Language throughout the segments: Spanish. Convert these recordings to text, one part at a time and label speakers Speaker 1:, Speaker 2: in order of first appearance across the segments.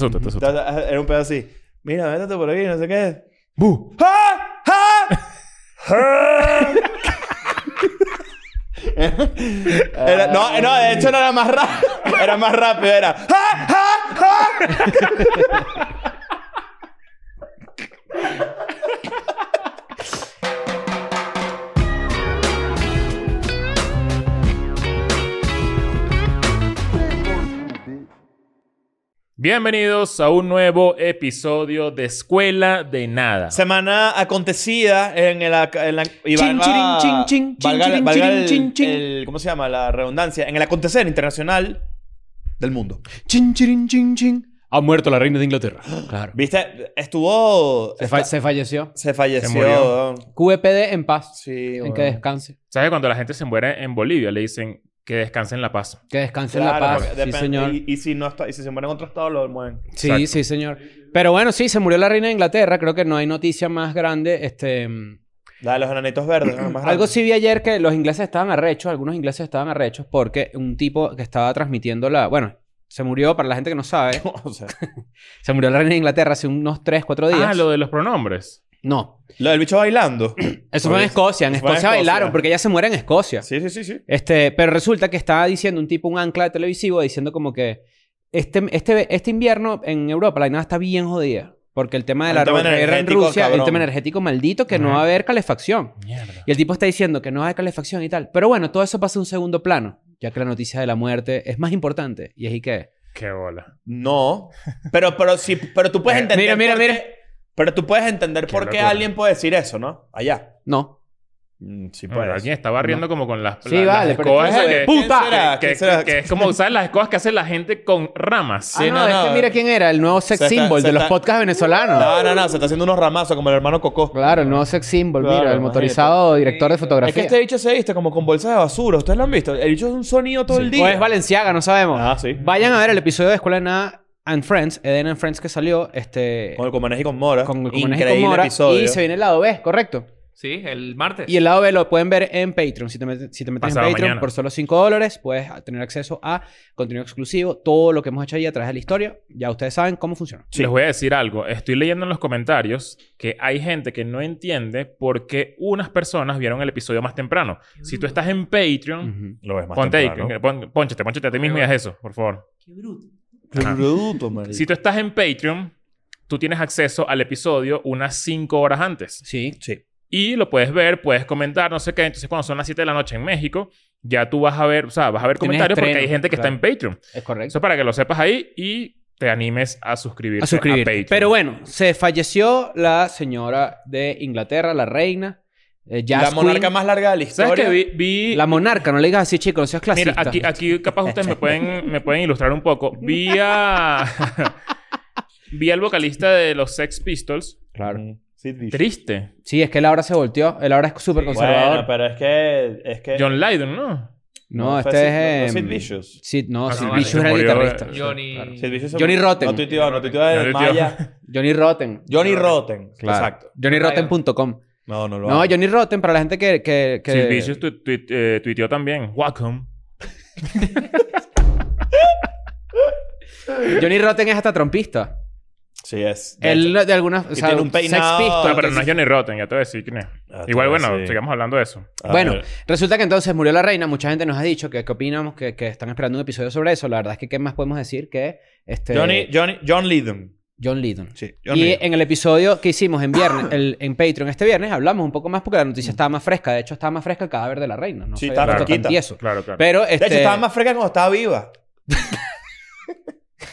Speaker 1: Asusta, te
Speaker 2: Ta-
Speaker 1: asusta.
Speaker 2: ta- Era un pedo así. Mira, métete por aquí, no sé qué. ¡Bu! ¡Ja! ¡Ja! ¡Ja! Era- no, no, de hecho no era más rápido. Era más rápido, era. ¡Ja! ¡Ja! ¡Ja!
Speaker 1: Bienvenidos a un nuevo episodio de Escuela de Nada.
Speaker 2: Semana acontecida en el. ac- En la, y
Speaker 1: Chin,
Speaker 2: valga-
Speaker 1: chirin, chin, chin, chin,
Speaker 2: valga-
Speaker 1: chirin,
Speaker 2: valga
Speaker 1: chirin,
Speaker 2: el-
Speaker 1: chin, chin.
Speaker 2: el- ¿Cómo se llama? La redundancia. En el acontecer internacional del mundo.
Speaker 1: Chin, chirin, chin, chin. Ha muerto la reina de Inglaterra.
Speaker 3: Claro.
Speaker 2: ¿Viste? Estuvo.
Speaker 3: Se, fa- se falleció.
Speaker 2: se falleció.
Speaker 1: Se murió.
Speaker 2: weón.
Speaker 3: QPD E en paz.
Speaker 2: Sí,
Speaker 3: en
Speaker 2: weón.
Speaker 3: que descanse.
Speaker 1: ¿Sabes cuando la gente se muere en Bolivia? Le dicen que descanse en La Paz.
Speaker 3: Que descanse en
Speaker 2: Claro,
Speaker 3: la paz.
Speaker 2: porque
Speaker 3: Sí,
Speaker 2: depende-
Speaker 3: señor.
Speaker 2: Y, y si no está, y si se muere en otro estado, lo mueven.
Speaker 3: Sí,
Speaker 1: Exacto.
Speaker 3: sí, señor. Pero bueno, sí, se murió la reina de Inglaterra. Creo que no hay noticia más grande. Este, mm,
Speaker 2: La de los enanitos verdes, ¿no? Más
Speaker 3: algo
Speaker 2: grande.
Speaker 3: sí vi ayer que los ingleses estaban arrechos. Algunos ingleses estaban arrechos porque un tipo que estaba transmitiendo la... Bueno, se murió, para la gente que no sabe.
Speaker 2: o sea,
Speaker 3: Se murió la reina de Inglaterra hace unos 3, 4 días.
Speaker 1: Ah, lo de los pronombres.
Speaker 3: No.
Speaker 2: lo del bicho bailando.
Speaker 3: Eso fue en
Speaker 1: Pues,
Speaker 2: Oye,
Speaker 3: Escocia. En
Speaker 2: eso fue en Escocia.
Speaker 3: Escocia, bailaron porque ella se muere en Escocia.
Speaker 2: sí, sí, sí, sí.
Speaker 3: Este, pero resulta que estaba diciendo un tipo, un ancla televisivo, diciendo como que este, este, este invierno en Europa la nada está bien jodida. Porque el tema de
Speaker 2: El
Speaker 3: la
Speaker 2: tema
Speaker 3: guerra en
Speaker 2: energético,
Speaker 3: Rusia, el
Speaker 2: cabrón.
Speaker 3: tema energético maldito, que no
Speaker 1: Ajá.
Speaker 3: va a haber calefacción.
Speaker 1: Mierda.
Speaker 3: Y el tipo está diciendo que no va a haber calefacción y tal. Pero bueno, todo eso pasa a un segundo plano, ya que la noticia de la muerte es más importante. Y así que...
Speaker 1: Qué bola.
Speaker 2: No. Pero, pero sí, pero tú puedes
Speaker 3: Eh,
Speaker 2: entender.
Speaker 3: mira, mira,
Speaker 2: por qué-
Speaker 3: mira.
Speaker 2: Pero tú puedes entender
Speaker 1: Qué
Speaker 2: por qué
Speaker 1: locura.
Speaker 2: alguien puede decir eso, ¿no? Allá.
Speaker 3: No.
Speaker 2: Mm, Sí,
Speaker 1: Bueno, alguien está barriendo como con las,
Speaker 3: Sí,
Speaker 1: la- las
Speaker 3: vale, pero
Speaker 1: escobas
Speaker 3: tú sabes,
Speaker 1: que,
Speaker 2: ¿quién
Speaker 1: puta,
Speaker 2: será?
Speaker 1: que-
Speaker 2: ¿quién
Speaker 1: que-
Speaker 2: será?
Speaker 1: que es como usar las escobas que hace la gente con ramas.
Speaker 2: Sí,
Speaker 3: ah, no,
Speaker 2: no,
Speaker 3: es
Speaker 2: no.
Speaker 3: que mira quién era, el nuevo sex
Speaker 2: Se está-
Speaker 3: symbol
Speaker 2: se
Speaker 3: de los
Speaker 2: está-
Speaker 3: podcasts venezolanos.
Speaker 2: No, no, no. Se está haciendo unos ramazos como el hermano Cocó.
Speaker 3: Claro, el nuevo sex symbol,
Speaker 2: Claro,
Speaker 3: mira, el
Speaker 2: imagínate.
Speaker 3: motorizado director de
Speaker 2: Es que
Speaker 3: fotografía.
Speaker 2: este bicho se viste como con bolsas de basura. ¿Ustedes lo han visto? El bicho es un sonido todo el día.
Speaker 3: O es Valenciaga, no sabemos.
Speaker 2: Ah, sí.
Speaker 3: Vayan a ver el episodio de Escuela de Nada and Friends, Eden and Friends que salió, este...
Speaker 2: Con el Comanés y con Mora.
Speaker 3: con el Comunes y
Speaker 2: Increíble
Speaker 3: Comora,
Speaker 2: episodio.
Speaker 3: Y se viene el lado B, correcto.
Speaker 4: Sí, el martes.
Speaker 3: Y el lado B lo pueden ver en Patreon. Si te, met- si te metes
Speaker 1: Pasado
Speaker 3: en Patreon
Speaker 1: mañana.
Speaker 3: por solo 5 dólares, puedes tener acceso a contenido exclusivo, todo lo que hemos hecho ahí a través de la historia. Ya ustedes saben cómo funciona.
Speaker 2: Sí.
Speaker 1: Les voy a decir algo. Estoy leyendo en los comentarios que hay gente que no entiende por qué unas personas vieron el episodio más temprano. Si tú
Speaker 4: Mm.
Speaker 1: estás en Patreon,
Speaker 3: Ujú.
Speaker 2: Lo ves más
Speaker 1: ponte ahí,
Speaker 2: temprano.
Speaker 1: pon- ponchate, ponchate a ti mismo y haz eso, por favor.
Speaker 4: Qué bruto.
Speaker 1: Ajá.
Speaker 2: Bruto, marico.
Speaker 1: Si tú estás en Patreon, tú tienes acceso al episodio unas 5 horas antes.
Speaker 3: Sí.
Speaker 2: Sí.
Speaker 1: Y lo puedes ver, puedes comentar, no sé qué. Entonces, cuando son las 7 de la noche en México, ya tú vas a ver, o sea, vas a ver
Speaker 3: Tienes
Speaker 1: comentarios porque
Speaker 3: estreno,
Speaker 1: hay gente que
Speaker 3: claro.
Speaker 1: está en Patreon.
Speaker 3: Es correcto.
Speaker 1: Eso para que lo sepas ahí y te animes a suscribirte a,
Speaker 3: a suscribirte.
Speaker 1: Patreon.
Speaker 3: Pero bueno, se falleció la señora de Inglaterra, la reina. eh, Jazz
Speaker 2: La monarca
Speaker 3: Queen.
Speaker 2: más larga de la historia.
Speaker 1: ¿Sabes qué? Vi, vi-
Speaker 3: La monarca, no le digas así, chicos, no seas clasista.
Speaker 1: Mira, aquí, aquí capaz ustedes me pueden, me pueden ilustrar un poco. Vi a... Vi al vocalista de los Sex Pistols.
Speaker 3: Claro.
Speaker 2: Sí, sí.
Speaker 1: Triste.
Speaker 3: Sí, es que él ahora se volteó. Él ahora es súper
Speaker 4: Sí.
Speaker 3: conservador.
Speaker 2: Bueno, pero es que... Es que
Speaker 1: John Lydon, ¿no?
Speaker 3: no,
Speaker 2: No,
Speaker 3: este
Speaker 2: fue
Speaker 3: es...
Speaker 2: Sid-
Speaker 3: em,
Speaker 2: no, Sid Vicious.
Speaker 3: Sid- no,
Speaker 1: Ah,
Speaker 3: Sid
Speaker 4: no, vale.
Speaker 3: Vicious era el
Speaker 1: Murió,
Speaker 3: guitarrista.
Speaker 1: eh,
Speaker 4: Johnny.
Speaker 3: Claro.
Speaker 2: Sid Vicious-
Speaker 3: Johnny Rotten.
Speaker 2: No tuiteó, no tuiteó de
Speaker 1: Johnny Rotten.
Speaker 2: Maya.
Speaker 3: Johnny Rotten.
Speaker 2: Johnny Rotten.
Speaker 3: Claro.
Speaker 2: Exacto.
Speaker 3: JohnnyRotten.com.
Speaker 2: No, no lo
Speaker 3: No,
Speaker 2: hago.
Speaker 3: Johnny Rotten, para la gente que... que, que-
Speaker 1: Sid Vicious tu- tu- eh, tuiteó también. Welcome.
Speaker 3: Johnny Rotten es hasta trompista.
Speaker 2: Sí es. De
Speaker 3: Él
Speaker 2: hecho.
Speaker 3: de algunas... O
Speaker 2: Y
Speaker 3: sea,
Speaker 2: tiene un
Speaker 3: Sex
Speaker 2: peinado-
Speaker 3: Pistols.
Speaker 1: No, Ah, pero no es Johnny Rotten. Ya te voy a decir quién es.
Speaker 2: Ah, te
Speaker 1: Igual,
Speaker 2: voy a
Speaker 1: bueno,
Speaker 2: decir.
Speaker 1: sigamos hablando de eso.
Speaker 2: A
Speaker 3: Bueno,
Speaker 2: ver.
Speaker 3: resulta que entonces murió la reina. Mucha gente nos ha dicho que, que opinamos, que, que están esperando un episodio sobre eso. La verdad es que qué más podemos decir que este,
Speaker 2: Johnny, Johnny, John Lydon.
Speaker 3: John Lydon.
Speaker 2: Sí, John
Speaker 3: Y
Speaker 2: Lydon.
Speaker 3: en el episodio que hicimos en viernes, el- en Patreon este viernes, hablamos un poco más porque la
Speaker 1: Mm.
Speaker 3: noticia estaba más fresca. De hecho, estaba más fresca el cadáver de la reina. No
Speaker 2: Sí,
Speaker 3: se había
Speaker 2: estaba
Speaker 3: puesto tan
Speaker 2: fresquita.
Speaker 3: tieso.
Speaker 1: Claro, claro.
Speaker 3: Pero
Speaker 2: De
Speaker 3: este,
Speaker 2: hecho, estaba más fresca cuando estaba viva.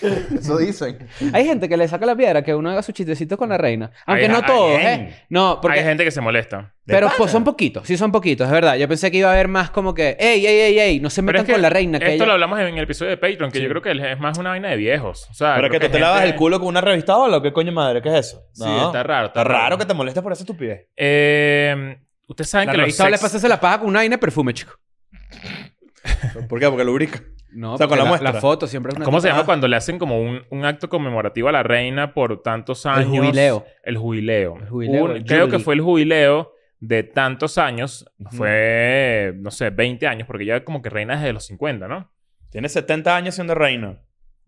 Speaker 2: Eso dicen.
Speaker 3: hay gente que le saca la piedra que uno haga sus chistecitos con la reina. Aunque
Speaker 1: Mm. Hay-
Speaker 3: no
Speaker 1: hay
Speaker 3: todos,
Speaker 1: gente.
Speaker 3: ¿eh? No, porque...
Speaker 1: Hay gente que se molesta.
Speaker 3: Pero pues, son poquitos, sí son poquitos, es verdad. Yo pensé que iba a haber más como que, ey, ey, ey, ey, no se
Speaker 1: Pero
Speaker 3: metan
Speaker 1: es que
Speaker 3: con la reina. Que
Speaker 1: esto
Speaker 3: ella-
Speaker 1: lo hablamos en el episodio de Patreon, que
Speaker 3: Sí.
Speaker 1: yo creo que es más una vaina de viejos. O sea,
Speaker 2: Pero es
Speaker 1: creo
Speaker 2: que tú te
Speaker 1: gente-
Speaker 2: lavas el culo con una revista o lo que coño madre, ¿qué es eso?
Speaker 1: Sí,
Speaker 2: No.
Speaker 1: está raro.
Speaker 2: Está raro que te molestes por esa estupidez.
Speaker 1: Eh, Ustedes saben
Speaker 3: La
Speaker 1: que los
Speaker 3: revista le
Speaker 1: sex-
Speaker 3: pasarse la paja con una vaina de perfume, chico.
Speaker 2: ¿Por qué? Porque lubrica.
Speaker 3: No,
Speaker 2: O sea, con
Speaker 3: porque
Speaker 2: la
Speaker 3: la,
Speaker 2: muestra.
Speaker 3: la foto siempre es una.
Speaker 1: ¿Cómo se llama
Speaker 2: Ah.
Speaker 1: cuando le hacen como un, un acto conmemorativo a la reina por tantos años?
Speaker 3: jubileo.
Speaker 1: El jubileo.
Speaker 3: El jubileo,
Speaker 1: Un-
Speaker 3: el
Speaker 1: creo que
Speaker 3: jubilee.
Speaker 1: fue el jubileo de tantos años. Fue, no sé, 20 años, porque ya como que reina desde los 50, ¿no?
Speaker 2: Tiene 70 años siendo reina.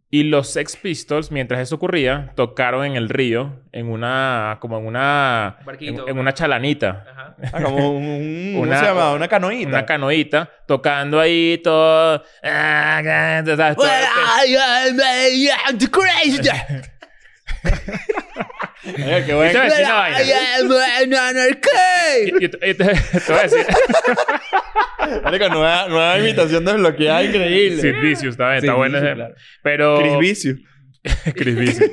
Speaker 1: Y los Sex Pistols, mientras eso ocurría, tocaron en el río, en una, como en una,
Speaker 4: Barquito.
Speaker 1: en, en una chalanita,
Speaker 4: Ajá.
Speaker 2: Ah, como un, un- ¿cómo
Speaker 1: Una-
Speaker 2: se llama? Una canoita.
Speaker 1: una canoita, tocando ahí todo. ah, ah, todo- todo-
Speaker 2: Mira, qué
Speaker 1: Yo te
Speaker 2: bueno.
Speaker 1: voy a decir una vaina. Yo- yo te- yo te- te voy a decir,
Speaker 2: Marico, nueva, nueva imitación desbloqueada, increíble.
Speaker 1: Sid Vicious, está, bien, está
Speaker 2: Sid
Speaker 1: bueno.
Speaker 2: Vicious,
Speaker 1: ese.
Speaker 2: claro.
Speaker 1: Pero.
Speaker 2: Chris Vicio.
Speaker 1: Chris Vicious.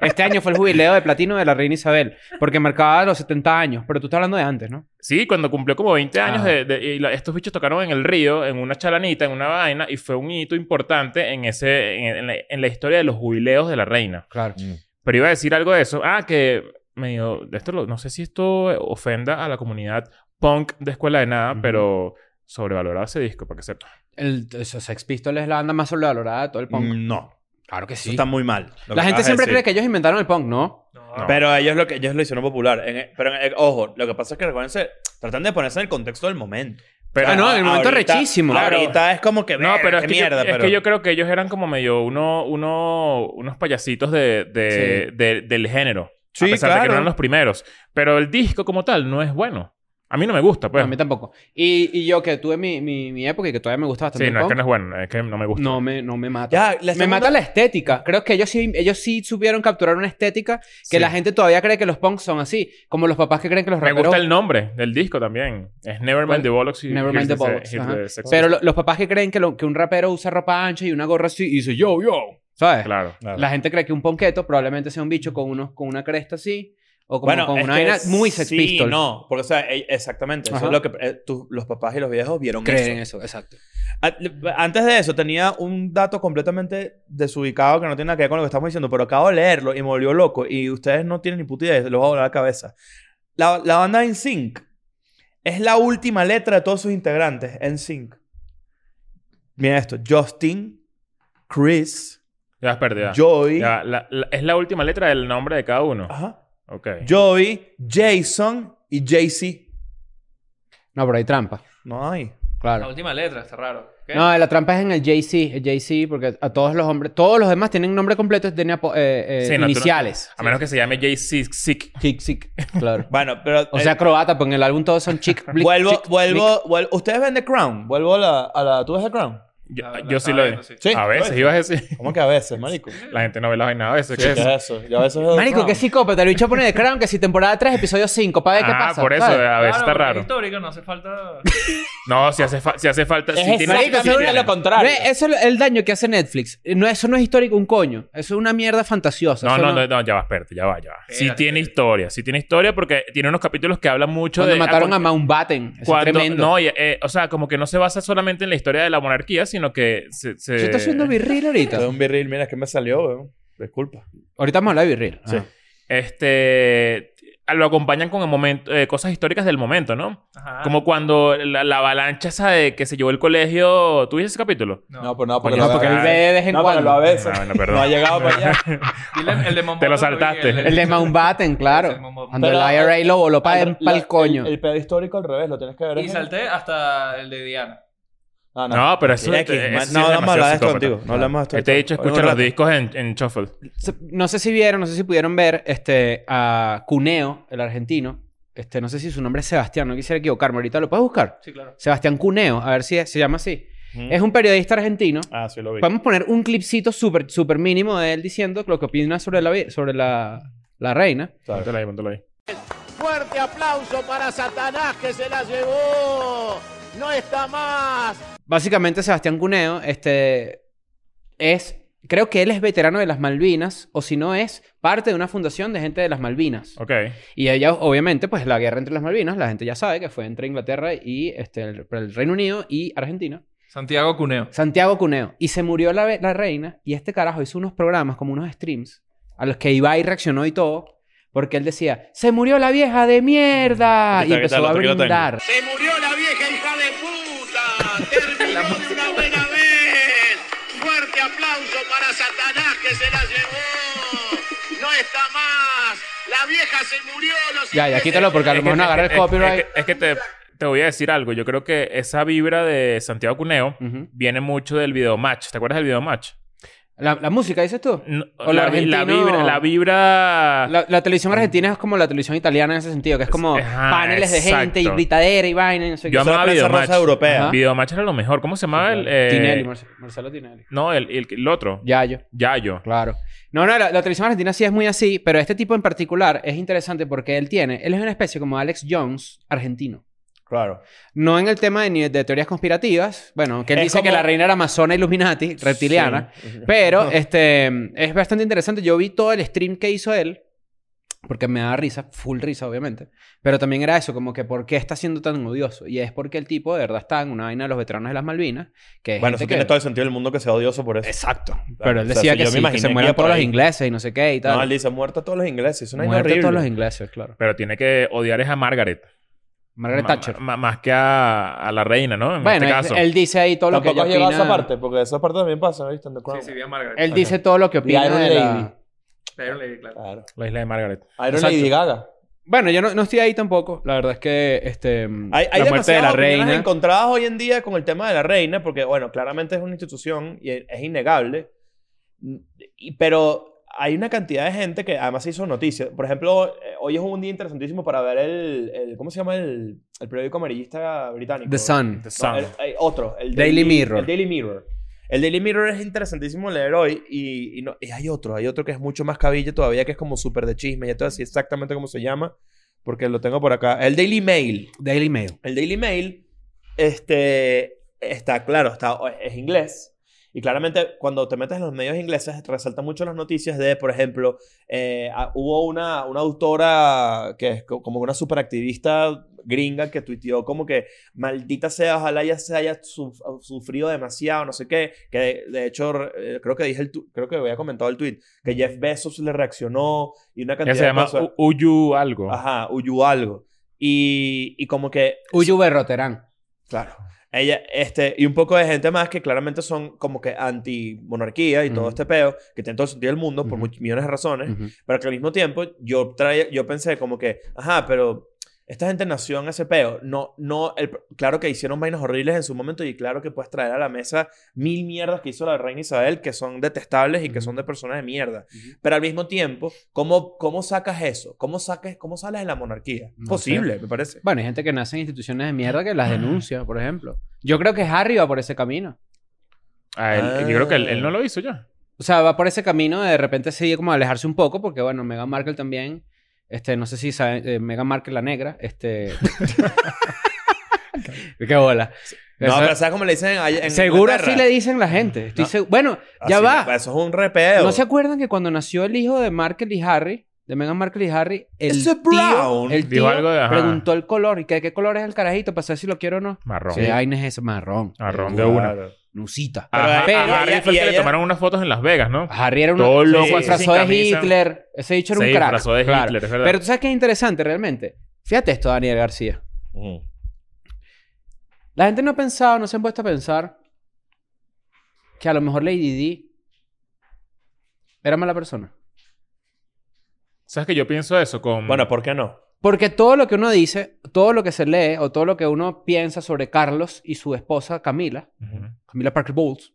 Speaker 3: Este año fue el jubileo de platino de la reina Isabel, porque marcaba los 70 años, pero tú estás hablando de antes, ¿no?
Speaker 1: Sí, cuando cumplió como 20 años,
Speaker 3: Ah.
Speaker 1: de, de- y la- estos bichos tocaron en el río, en una chalanita, en una vaina, y fue un hito importante en, ese, en, en la, en la historia de los jubileos de la reina.
Speaker 3: Claro.
Speaker 2: Mm.
Speaker 1: Pero iba a decir algo de eso. Ah, que me dijo, esto lo- no sé si esto ofenda a la comunidad punk de Escuela de Nada,
Speaker 3: Ujú.
Speaker 1: pero sobrevalorado ese disco, para que sepa.
Speaker 3: El, esos Sex Pistols es la banda más sobrevalorada de todo el punk.
Speaker 2: Mm, No.
Speaker 3: Claro que
Speaker 2: Eso está muy mal. lo que
Speaker 3: La gente
Speaker 2: acabas de
Speaker 3: siempre
Speaker 2: decir.
Speaker 3: cree que ellos inventaron el punk, ¿no?
Speaker 4: No.
Speaker 1: No.
Speaker 2: Pero ellos lo, que, ellos lo hicieron popular. En- pero, eh, ojo, lo que pasa es que recuérdense, tratan de ponerse en el contexto del momento.
Speaker 1: Pero,
Speaker 3: Ah, no, en el momento rechísimo.
Speaker 2: Claro.
Speaker 1: Claro.
Speaker 2: Ahorita es como que.
Speaker 1: No, pero es,
Speaker 2: qué
Speaker 1: que
Speaker 2: mierda,
Speaker 1: yo, es
Speaker 2: pero.
Speaker 1: que yo creo que ellos eran como medio uno, uno, unos payasitos de, de- de- del género.
Speaker 2: Sí,
Speaker 1: a pesar de que
Speaker 2: claro.
Speaker 1: no eran los primeros. Pero el disco como tal no es bueno. A mí no me gusta,
Speaker 3: No,
Speaker 1: pues.
Speaker 3: a mí tampoco. Y, y yo que tuve mi, mi, mi época y que todavía me gusta bastante
Speaker 1: sí,
Speaker 3: el
Speaker 1: no es
Speaker 3: punk,
Speaker 1: que no es bueno. Es que no me gusta.
Speaker 3: no, me, no me mata.
Speaker 2: Ya, la
Speaker 3: me
Speaker 2: segunda-
Speaker 3: mata la estética. Creo que ellos sí, ellos sí supieron capturar una estética que
Speaker 1: Sí.
Speaker 3: la gente todavía cree que los punks son así. Como los papás que creen que los
Speaker 1: me
Speaker 3: raperos...
Speaker 1: gusta el nombre del disco también. Es Nevermind
Speaker 3: ¿Cuál?
Speaker 1: the Bollocks. y
Speaker 3: Nevermind the
Speaker 1: Here's
Speaker 3: Bollocks.
Speaker 1: Here's
Speaker 3: ajá.
Speaker 1: the Sex
Speaker 3: Pero
Speaker 1: Pistols.
Speaker 3: lo- los papás que creen que, lo- que un rapero usa ropa ancha y una gorra así y dice yo, yo, ¿sabes?
Speaker 1: Claro.
Speaker 2: Claro.
Speaker 3: La gente cree que un ponqueto probablemente sea un bicho con, unos, con una cresta así o como con
Speaker 2: es
Speaker 3: una
Speaker 2: que
Speaker 3: vaina muy sex
Speaker 2: sí,
Speaker 3: Pistols.
Speaker 2: no, porque o sea, e- exactamente, eso
Speaker 3: Ajá.
Speaker 2: es lo que eh, tú- los papás y los viejos vieron
Speaker 3: Creen
Speaker 2: eso.
Speaker 3: en eso, exacto.
Speaker 2: A- Ah, le- Antes de eso tenía un dato completamente desubicado que no tiene nada que ver con lo que estamos diciendo, pero acabo de leerlo y me volvió loco y ustedes no tienen ni puta idea, se los va a volar la cabeza. La, la banda NSYNC es la última letra de todos sus integrantes, NSYNC. Mira esto, Justin, Chris,
Speaker 1: Ya has perdido. ya.
Speaker 2: Joy,
Speaker 1: Ya, la- la- es la última letra del nombre de cada
Speaker 3: Ah,
Speaker 1: uno.
Speaker 2: ajá,
Speaker 1: Ok.
Speaker 2: Joey, Jason y Jay-Z.
Speaker 3: No, pero hay trampa.
Speaker 2: No hay.
Speaker 4: La
Speaker 3: Claro.
Speaker 4: última letra, está raro. ¿Qué?
Speaker 3: No, la trampa es en el JC, el JC, porque a todos los hombres, todos los demás tienen nombre completo, y tienen apo- eh, eh,
Speaker 1: Sí, no, tú no-
Speaker 3: iniciales.
Speaker 1: A menos que se llame Jay Sick.
Speaker 3: Chic, chic, claro.
Speaker 2: Bueno, pero... eh,
Speaker 3: O sea, croata, porque en el álbum todos son chic, blick,
Speaker 2: vuelvo,
Speaker 3: chic,
Speaker 2: vuelvo, vuelvo- ¿Ustedes ven The Crown? Vuelvo a la... A la ¿Tú ves The Crown?
Speaker 1: Yo,
Speaker 4: Ah, la
Speaker 1: yo sí
Speaker 4: estaba
Speaker 1: lo
Speaker 4: viendo, sí.
Speaker 1: A veces ibas a decir.
Speaker 2: ¿Cómo que a veces, marico?
Speaker 1: La gente no ve las vainas a veces. ¿qué
Speaker 2: ¿Qué
Speaker 1: es?
Speaker 2: es eso? Yo a veces veo The
Speaker 3: blick. Marico,
Speaker 2: Crown.
Speaker 3: que psicópata. El bicho pone de Crown que si temporada 3, episodio 5, para ver qué
Speaker 1: ah,
Speaker 3: pasa.
Speaker 1: por eso,
Speaker 3: ¿sabes?
Speaker 1: a veces
Speaker 4: Claro,
Speaker 1: está
Speaker 4: porque
Speaker 1: raro.
Speaker 4: Es histórico, no hace falta.
Speaker 1: No, si hace, fa- si hace falta. si
Speaker 2: Es
Speaker 1: tiene-
Speaker 2: exactamente
Speaker 1: si tiene-
Speaker 2: lo contrario.
Speaker 3: Ve, eso es el daño que hace Netflix. No, eso no es histórico un coño. Eso es una mierda fantasiosa.
Speaker 1: No,
Speaker 3: Eso
Speaker 1: no, no, no, ya va, espérate, ya va, ya va. Sí
Speaker 4: Espérate.
Speaker 1: tiene historia, sí tiene historia porque tiene unos capítulos que hablan mucho
Speaker 3: Cuando
Speaker 1: de...
Speaker 3: mataron
Speaker 1: ah,
Speaker 3: a Mountbatten. Eso
Speaker 1: cuando-
Speaker 3: es tremendo.
Speaker 1: No, y, eh, o sea, como que no se basa solamente en la historia de la monarquía, sino que se... se-
Speaker 3: Yo estoy haciendo virril ahorita.
Speaker 1: eh,
Speaker 2: Te doy un virril, mira, es que me salió, weón. Disculpa.
Speaker 3: Ahorita vamos a hablar de virril.
Speaker 2: Sí.
Speaker 3: Ajá.
Speaker 1: Este... Lo acompañan con el momento, eh, cosas históricas del momento, ¿no?
Speaker 4: Ajá.
Speaker 1: Como cuando la, la avalancha esa de que se llevó el colegio... ¿Tú viste ese capítulo?
Speaker 4: No,
Speaker 2: No, pues no,
Speaker 1: porque
Speaker 2: porque
Speaker 1: lo
Speaker 2: lo
Speaker 1: ve-
Speaker 3: Porque él ve de vez en
Speaker 2: No, porque
Speaker 3: cuando.
Speaker 2: lo ve. Eso.
Speaker 1: Ah, bueno,
Speaker 2: No ha
Speaker 1: perdón.
Speaker 2: llegado para allá.
Speaker 4: Dile el de Mombo
Speaker 1: Te lo
Speaker 4: Topo,
Speaker 1: saltaste.
Speaker 4: Miguel,
Speaker 3: El de Mountbatten,
Speaker 4: El de
Speaker 3: claro.
Speaker 4: Mountbatten.
Speaker 3: Cuando
Speaker 2: Pero,
Speaker 3: el IRA lo voló para
Speaker 2: El-
Speaker 3: el, pa'l
Speaker 2: la-
Speaker 3: coño.
Speaker 2: El, el pedo histórico al revés, lo tienes que ver.
Speaker 4: Y
Speaker 2: es-
Speaker 4: salté hasta el de Diana.
Speaker 2: Ah, no.
Speaker 1: No, pero eso...
Speaker 2: X,
Speaker 1: eso sí
Speaker 2: man,
Speaker 1: es
Speaker 2: no, no,
Speaker 1: demasiado
Speaker 2: hablamos de esto
Speaker 1: psicópata.
Speaker 2: contigo. No hablamos de esto.
Speaker 1: Este dicho
Speaker 2: contigo.
Speaker 1: escucha
Speaker 2: Oye,
Speaker 1: los
Speaker 2: bueno,
Speaker 1: discos en, en shuffle.
Speaker 3: Se- No sé si vieron, no sé si pudieron ver este, a Cuneo, el argentino. Este, no sé si su nombre es Sebastián, no quisiera equivocarme. Ahorita lo puedes buscar.
Speaker 4: Sí, claro.
Speaker 3: Sebastián Cuneo, a ver si es- se llama así.
Speaker 2: Ujú.
Speaker 3: Es un periodista argentino.
Speaker 2: Ah, sí, lo vi.
Speaker 3: Podemos poner un clipcito súper súper mínimo de él diciendo lo que opina sobre la, vi- sobre la, la reina.
Speaker 2: Sabes.
Speaker 1: Póntelo ahí, póntelo ahí.
Speaker 5: Fuerte aplauso para Satanás que se la llevó. No está más.
Speaker 3: Básicamente, Sebastián Cuneo este, es. Creo que él es veterano de las Malvinas, o si no, es parte de una fundación de gente de las Malvinas.
Speaker 1: Ok.
Speaker 3: Y ella, obviamente, pues la guerra entre las Malvinas, la gente ya sabe que fue entre Inglaterra y este, el, el Reino Unido y Argentina.
Speaker 4: Santiago Cuneo.
Speaker 3: Santiago Cuneo. Y se murió la, ve- la reina y este carajo hizo unos programas, como unos streams, a los que Ibai reaccionó y todo, porque él decía, se murió la vieja de mierda.
Speaker 2: Aquí
Speaker 3: Y
Speaker 2: está, aquí está,
Speaker 3: empezó a
Speaker 2: aquí lo tengo.
Speaker 3: brindar.
Speaker 5: Se murió la vieja hija de puta. Terminó de una buena vez. Fuerte aplauso para Satanás que se la llevó. No está más. La vieja se murió. Los
Speaker 3: Ya, ya,
Speaker 5: ingleses-
Speaker 3: quítalo porque a lo
Speaker 1: Es que-
Speaker 3: mejor no agarra
Speaker 1: es
Speaker 3: el
Speaker 1: que-
Speaker 3: copyright.
Speaker 1: Es que, es que te, te voy a decir algo. Yo creo que esa vibra de Santiago Cuneo
Speaker 3: Ujú.
Speaker 1: viene mucho del video match. ¿Te acuerdas del video match?
Speaker 3: la, la música, dices tú?
Speaker 1: No,
Speaker 3: O
Speaker 1: la,
Speaker 3: lo
Speaker 1: vi- la
Speaker 3: argentino-
Speaker 1: vibra, la vibra.
Speaker 3: La, la televisión argentina es como la televisión italiana en ese sentido, que es como
Speaker 1: Ajá,
Speaker 3: paneles de gente y
Speaker 1: exacto.
Speaker 3: gritadera y vaina y no sé qué.
Speaker 1: Yo
Speaker 2: Eso
Speaker 1: amaba
Speaker 2: era prensa
Speaker 1: Videomatch.
Speaker 2: rosa europea.
Speaker 3: Ajá.
Speaker 1: Videomatch era lo mejor. ¿Cómo se llamaba el, eh,
Speaker 3: ¿Ah? Tinelli, Marce- Marcelo Tinelli.
Speaker 1: No, el, el- el otro.
Speaker 3: Yayo.
Speaker 1: Yayo.
Speaker 3: Claro. No, no, la, la televisión argentina sí es muy así, pero este tipo en particular es interesante porque él tiene, él es una especie como Alex Jones argentino.
Speaker 2: Claro.
Speaker 3: No en el tema de, ni de teorías conspirativas, bueno, que él
Speaker 2: Es
Speaker 3: dice que
Speaker 2: como-
Speaker 3: la reina era amazona Illuminati, reptiliana, pero este es bastante interesante. Yo vi todo el stream que hizo él, porque me da risa, full risa obviamente, pero también era eso, como que por qué está siendo tan odioso. Y es porque el tipo de verdad está en una vaina de los veteranos de las Malvinas, que es
Speaker 2: Bueno,
Speaker 3: gente
Speaker 2: eso tiene
Speaker 3: que-
Speaker 2: todo el sentido del mundo que sea odioso por eso.
Speaker 3: este, Exacto.
Speaker 2: Claro,
Speaker 3: Pero él
Speaker 2: o sea,
Speaker 3: decía
Speaker 2: sí,
Speaker 3: que,
Speaker 2: yo me
Speaker 3: sí, que
Speaker 2: imaginé
Speaker 3: se
Speaker 2: que
Speaker 3: mueran
Speaker 2: iba por
Speaker 3: todos los
Speaker 2: ahí.
Speaker 3: ingleses y no sé qué y tal.
Speaker 2: No, él dice, muerto a todos los ingleses. Es una vaina
Speaker 3: Muerte a
Speaker 2: horrible.
Speaker 3: todos los ingleses, claro.
Speaker 1: Pero tiene que odiar es a Margaret.
Speaker 3: Margaret
Speaker 1: Ma-
Speaker 3: Thatcher.
Speaker 1: ma- más que a, a la reina, ¿no? En
Speaker 3: bueno,
Speaker 1: este
Speaker 3: él-
Speaker 1: caso.
Speaker 3: él dice ahí todo lo que
Speaker 2: Tampoco
Speaker 3: ella
Speaker 2: has llegado a
Speaker 3: opina.
Speaker 2: esa parte, pues. porque esa parte también pasa, ¿viste? En The Crown.
Speaker 4: Sí, sí, vi a Margaret.
Speaker 3: Él dice todo lo que opina
Speaker 2: Iron
Speaker 3: de la-
Speaker 2: Lady.
Speaker 4: La Iron Lady, claro.
Speaker 2: Claro.
Speaker 1: La isla de Margaret.
Speaker 2: Iron
Speaker 3: Exacto.
Speaker 2: Lady Gaga.
Speaker 3: Bueno, yo no, no estoy ahí tampoco. La verdad es que este
Speaker 2: Hay, hay
Speaker 3: la muerte de
Speaker 2: demasiadas
Speaker 3: la
Speaker 2: opiniones
Speaker 3: reina.
Speaker 2: encontradas hoy en día con el tema de la reina, porque, bueno, claramente es una institución y es es innegable. Y- pero hay una cantidad de gente que además se hizo noticias. Por ejemplo, eh, hoy es un día interesantísimo para ver el. el- ¿Cómo se llama el, el periódico amarillista británico?
Speaker 3: The Sun.
Speaker 2: No,
Speaker 1: The Sun.
Speaker 2: el- hay otro, el
Speaker 3: Daily Mirror.
Speaker 2: El Daily Mirror. El Daily Mirror es interesantísimo leer hoy y, y no- y hay otro, hay otro que es mucho más cabilla todavía, que es como súper de chisme. Ya te voy a decir exactamente cómo se llama, porque lo tengo por acá. El Daily Mail.
Speaker 3: Daily Mail.
Speaker 2: El Daily Mail, este, está claro, está, es inglés. Y claramente cuando te metes en los medios ingleses resaltan mucho las noticias de, por ejemplo, eh, ah, hubo una, una autora que es co- como una superactivista gringa que tuiteó como que maldita sea, ojalá ya se haya suf- sufrido demasiado, no sé qué, que de, de hecho eh, creo que dije el tu- creo que había comentado el tweet, que Jeff Bezos le reaccionó y una
Speaker 1: Ella
Speaker 2: cantidad
Speaker 1: se llama
Speaker 2: de cosas. Ah,
Speaker 1: U- Uyu algo.
Speaker 2: Ajá, huyó algo. Y, y como que
Speaker 3: Uyu Berroterán.
Speaker 2: Claro. Ah. Ella, este, y un poco de gente más que claramente son como que anti-monarquía y todo
Speaker 3: Ujú.
Speaker 2: este peo, que tienen todo el sentido del mundo por
Speaker 3: Ujú.
Speaker 2: much- millones de razones,
Speaker 3: Ujú.
Speaker 2: pero que al mismo tiempo yo, traía, yo pensé como que, ajá, pero esta gente nació en ese peo. No, no, el- claro que hicieron vainas horribles en su momento y claro que puedes traer a la mesa mil mierdas que hizo la reina Isabel que son detestables y que
Speaker 3: Ujú.
Speaker 2: son de personas de mierda. Pero al mismo tiempo, ¿cómo, cómo sacas eso? ¿Cómo, sacas, ¿Cómo sales de la monarquía?
Speaker 3: No sé.
Speaker 2: Posible, me parece.
Speaker 3: Bueno, hay gente que nace en instituciones de mierda que las
Speaker 2: Ah.
Speaker 3: denuncia, por ejemplo. Yo creo que Harry va por ese camino.
Speaker 1: A él-
Speaker 2: Ah.
Speaker 1: Yo creo que él, él no lo hizo ya.
Speaker 3: O sea, va por ese camino de, de repente sí como alejarse un poco, porque bueno, Meghan Markle también, este, no sé si saben, eh, Meghan Markle la negra, este... Qué bola.
Speaker 2: No,
Speaker 3: Eso-
Speaker 2: pero ¿sabes cómo le dicen en- en
Speaker 3: seguro así
Speaker 2: Inglaterra?
Speaker 3: le dicen la gente. Estoy
Speaker 2: No.
Speaker 3: segu- Bueno, ya
Speaker 2: Así,
Speaker 3: va.
Speaker 2: pa- Eso es un repeo.
Speaker 3: ¿No se acuerdan que cuando nació el hijo de Markle y Harry, de Meghan Markle y Harry, el
Speaker 2: Ese
Speaker 3: tío,
Speaker 2: Brown.
Speaker 3: el
Speaker 1: Dijo
Speaker 3: tío
Speaker 1: algo de- ajá.
Speaker 3: preguntó el color y que qué color es el carajito para saber si lo quiero o no?
Speaker 1: Marrón.
Speaker 3: Sí, vaina es ese marrón.
Speaker 1: Marrón de
Speaker 2: Claro.
Speaker 1: una.
Speaker 3: Lucita.
Speaker 2: Pero,
Speaker 1: Ajá,
Speaker 2: pero
Speaker 1: a Harry
Speaker 2: ella-
Speaker 1: fue el
Speaker 2: y
Speaker 1: que le
Speaker 2: ella-
Speaker 1: tomaron unas fotos en Las Vegas, ¿no?
Speaker 3: Harry era un
Speaker 1: Todo loco,
Speaker 3: se
Speaker 2: así,
Speaker 3: disfrazó
Speaker 1: sin
Speaker 3: de
Speaker 1: camisa.
Speaker 3: Hitler. Ese dicho era
Speaker 1: Se
Speaker 3: un crack.
Speaker 1: disfrazó de
Speaker 3: claro.
Speaker 1: Hitler, es verdad.
Speaker 3: Pero tú sabes qué es interesante realmente. Fíjate esto, Daniel García.
Speaker 2: Ujú.
Speaker 3: La gente no ha pensado, no se han puesto a pensar que a lo mejor Lady Di era mala persona.
Speaker 1: ¿Sabes que yo pienso eso con...
Speaker 2: Bueno,
Speaker 3: pues,
Speaker 2: ¿por qué no?
Speaker 3: Porque todo lo que uno dice, todo lo que se lee o todo lo que uno piensa sobre Carlos y su esposa Camila,
Speaker 1: Ujú,
Speaker 3: Camila Parker Bowles,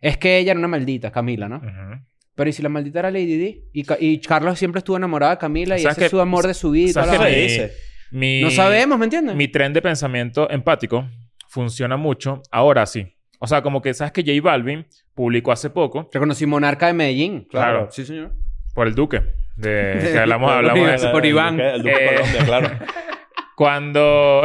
Speaker 3: es que ella era una maldita, Camila, ¿no?
Speaker 1: ujú.
Speaker 3: Pero ¿y si la maldita era Lady Di? Y, Ca- y Carlos siempre estuvo enamorado de Camila y
Speaker 1: ¿Sabes
Speaker 3: ese
Speaker 1: qué?
Speaker 3: es su amor de su vida. y toda
Speaker 1: ¿Sabes
Speaker 3: la
Speaker 1: qué?
Speaker 2: Eso
Speaker 3: vaina.
Speaker 2: se
Speaker 1: mi-
Speaker 2: dice.
Speaker 1: Mi-
Speaker 3: No sabemos, ¿me entiendes?
Speaker 1: Mi tren de pensamiento empático funciona mucho ahora sí. O sea, como que sabes que J Balvin publicó hace poco
Speaker 3: Reconocí monarca de Medellín.
Speaker 1: Claro.
Speaker 3: Sí, señor.
Speaker 1: por el Duque. De, que hablamos, hablamos de
Speaker 3: Por
Speaker 1: eso.
Speaker 3: Iván.
Speaker 2: El, Duque de
Speaker 1: Eh.
Speaker 2: Colombia, claro.
Speaker 1: Cuando,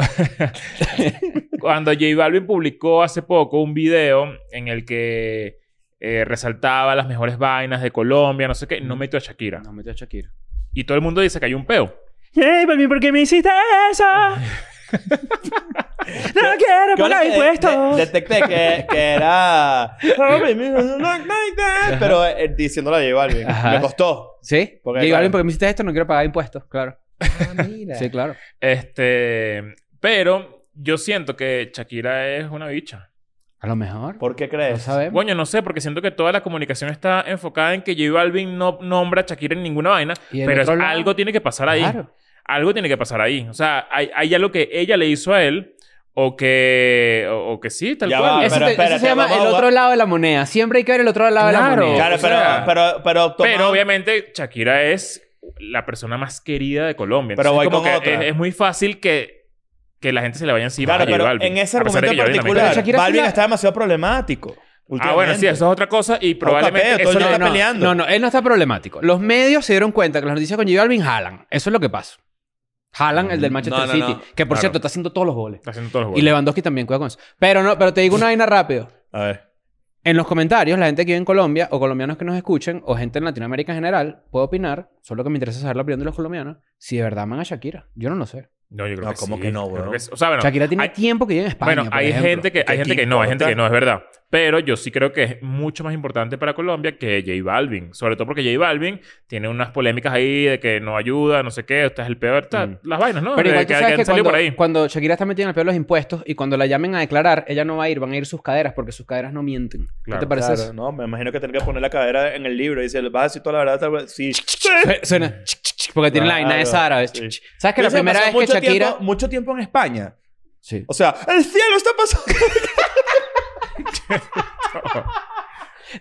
Speaker 1: cuando J Balvin publicó hace poco un video en el que eh, resaltaba las mejores vainas de Colombia, no sé qué, no metió a Shakira.
Speaker 3: No, metió a Shakira.
Speaker 1: Y todo el mundo dice que hay un peo.
Speaker 3: Hey, baby, ¿por qué me hiciste eso? no quiero
Speaker 2: Yo de- de- detecté que, que era... pero eh, diciéndolo a J Balvin.
Speaker 3: Ajá.
Speaker 2: Me costó.
Speaker 3: ¿Sí?
Speaker 2: Porque,
Speaker 3: J Balvin,
Speaker 2: claro.
Speaker 3: ¿por qué me hiciste esto? No quiero pagar impuestos, claro. Ah,
Speaker 2: mira.
Speaker 3: Sí, claro.
Speaker 1: Este, pero yo siento que Shakira es una bicha.
Speaker 3: A lo mejor.
Speaker 2: ¿Por qué
Speaker 3: No
Speaker 2: crees?
Speaker 3: sabemos.
Speaker 1: Coño, no sé, porque siento que toda la comunicación está enfocada en que J Balvin no nombra a Shakira en ninguna vaina,
Speaker 3: Y del
Speaker 1: pero
Speaker 3: otro
Speaker 1: es-
Speaker 3: lado-
Speaker 1: algo tiene que pasar ahí.
Speaker 3: Claro.
Speaker 1: algo tiene que pasar ahí. O sea, hay, hay algo que ella le hizo a él o que, o, o que sí, tal
Speaker 2: Ya
Speaker 1: cual.
Speaker 2: va,
Speaker 1: Es-
Speaker 3: Eso,
Speaker 2: Ah, pero
Speaker 3: te- eso
Speaker 2: espérate,
Speaker 3: se llama
Speaker 2: vamos a
Speaker 3: el
Speaker 2: jugar-
Speaker 3: otro lado de la moneda. Siempre hay que ver el otro lado de la
Speaker 1: Claro.
Speaker 3: moneda.
Speaker 2: Claro,
Speaker 1: o
Speaker 2: pero,
Speaker 1: sea-
Speaker 2: pero, pero, toma-
Speaker 1: Pero obviamente Shakira es la persona más querida de Colombia.
Speaker 2: Pero
Speaker 1: Entonces,
Speaker 2: voy
Speaker 1: es como
Speaker 2: con
Speaker 1: que
Speaker 2: otra.
Speaker 1: es, es muy fácil que, que la gente se le vaya encima
Speaker 2: Claro,
Speaker 1: a J
Speaker 2: pero
Speaker 1: Balvin,
Speaker 2: en ese
Speaker 1: a
Speaker 2: argumento
Speaker 1: pesar de que
Speaker 2: en
Speaker 1: yo Balvin también.
Speaker 2: particular,
Speaker 3: Pero Shakira es
Speaker 2: Balvin
Speaker 3: una-
Speaker 2: está demasiado problemático.
Speaker 1: Ah, bueno, sí,
Speaker 2: últimamente.
Speaker 1: eso es otra cosa y probablemente
Speaker 2: capeo, todo
Speaker 1: eso
Speaker 2: el
Speaker 1: le-
Speaker 2: mundo
Speaker 3: no,
Speaker 2: está peleando.
Speaker 3: No, no, él no está problemático. Los medios se dieron cuenta que las noticias con J Balvin jalan. Eso es lo que pasa. Jalan el del Manchester
Speaker 2: Mm, no, no,
Speaker 3: City,
Speaker 2: no. Ah,
Speaker 3: que por
Speaker 1: Claro.
Speaker 3: cierto está haciendo todos los goles.
Speaker 1: está haciendo todos los
Speaker 3: Y
Speaker 1: goles.
Speaker 3: Lewandowski también, cuidado con eso. Pero no, pero te digo una vaina rápido.
Speaker 2: A ver.
Speaker 3: En los comentarios, la gente que vive en Colombia o colombianos que nos escuchen o gente en Latinoamérica en general puede opinar, solo que me interesa saber la opinión de los colombianos, si de verdad aman a Shakira. Yo no lo sé.
Speaker 1: No, yo creo
Speaker 2: No,
Speaker 1: que
Speaker 2: ¿cómo
Speaker 1: sí.
Speaker 2: que no,
Speaker 1: Yo creo
Speaker 2: bro?
Speaker 1: que sí. O sea, bueno,
Speaker 3: Shakira tiene
Speaker 1: hay-
Speaker 3: tiempo que vive en España.
Speaker 1: bueno,
Speaker 3: por
Speaker 1: hay
Speaker 3: ejemplo.
Speaker 1: gente que, hay
Speaker 2: ¿Qué
Speaker 1: gente que
Speaker 2: importa?
Speaker 1: no, hay gente que no, es verdad. Pero yo sí creo que es mucho más importante para Colombia que J Balvin. Sobre todo porque J Balvin tiene unas polémicas ahí de que no ayuda, no sé qué, usted es el peor, tal, las vainas, ¿no? De
Speaker 3: Pero igual tú
Speaker 1: que,
Speaker 3: sabes
Speaker 1: que
Speaker 3: que
Speaker 1: han salido
Speaker 3: cuando,
Speaker 1: por ahí.
Speaker 3: cuando Shakira está metida en el peor de los impuestos y cuando la llamen a declarar, ella no va a ir, van a ir sus caderas porque sus caderas no mienten. ¿Qué
Speaker 1: Claro,
Speaker 3: te parece
Speaker 2: Claro, no, me imagino que tendría que poner la cadera en el libro y decirle, vas a decir toda la verdad. tal vez?" Sí.
Speaker 3: eso? Su- Suena ch, ch, ch, porque tiene la vaina de
Speaker 2: Claro,
Speaker 3: Sara.
Speaker 2: sí.
Speaker 3: ch, ch. ¿Sabes que la
Speaker 2: Eso me
Speaker 3: primera
Speaker 2: pasó
Speaker 3: vez que
Speaker 2: mucho
Speaker 3: Shakira...
Speaker 2: tiempo- mucho tiempo en España.
Speaker 3: Sí.
Speaker 2: O sea, el cielo está pasando.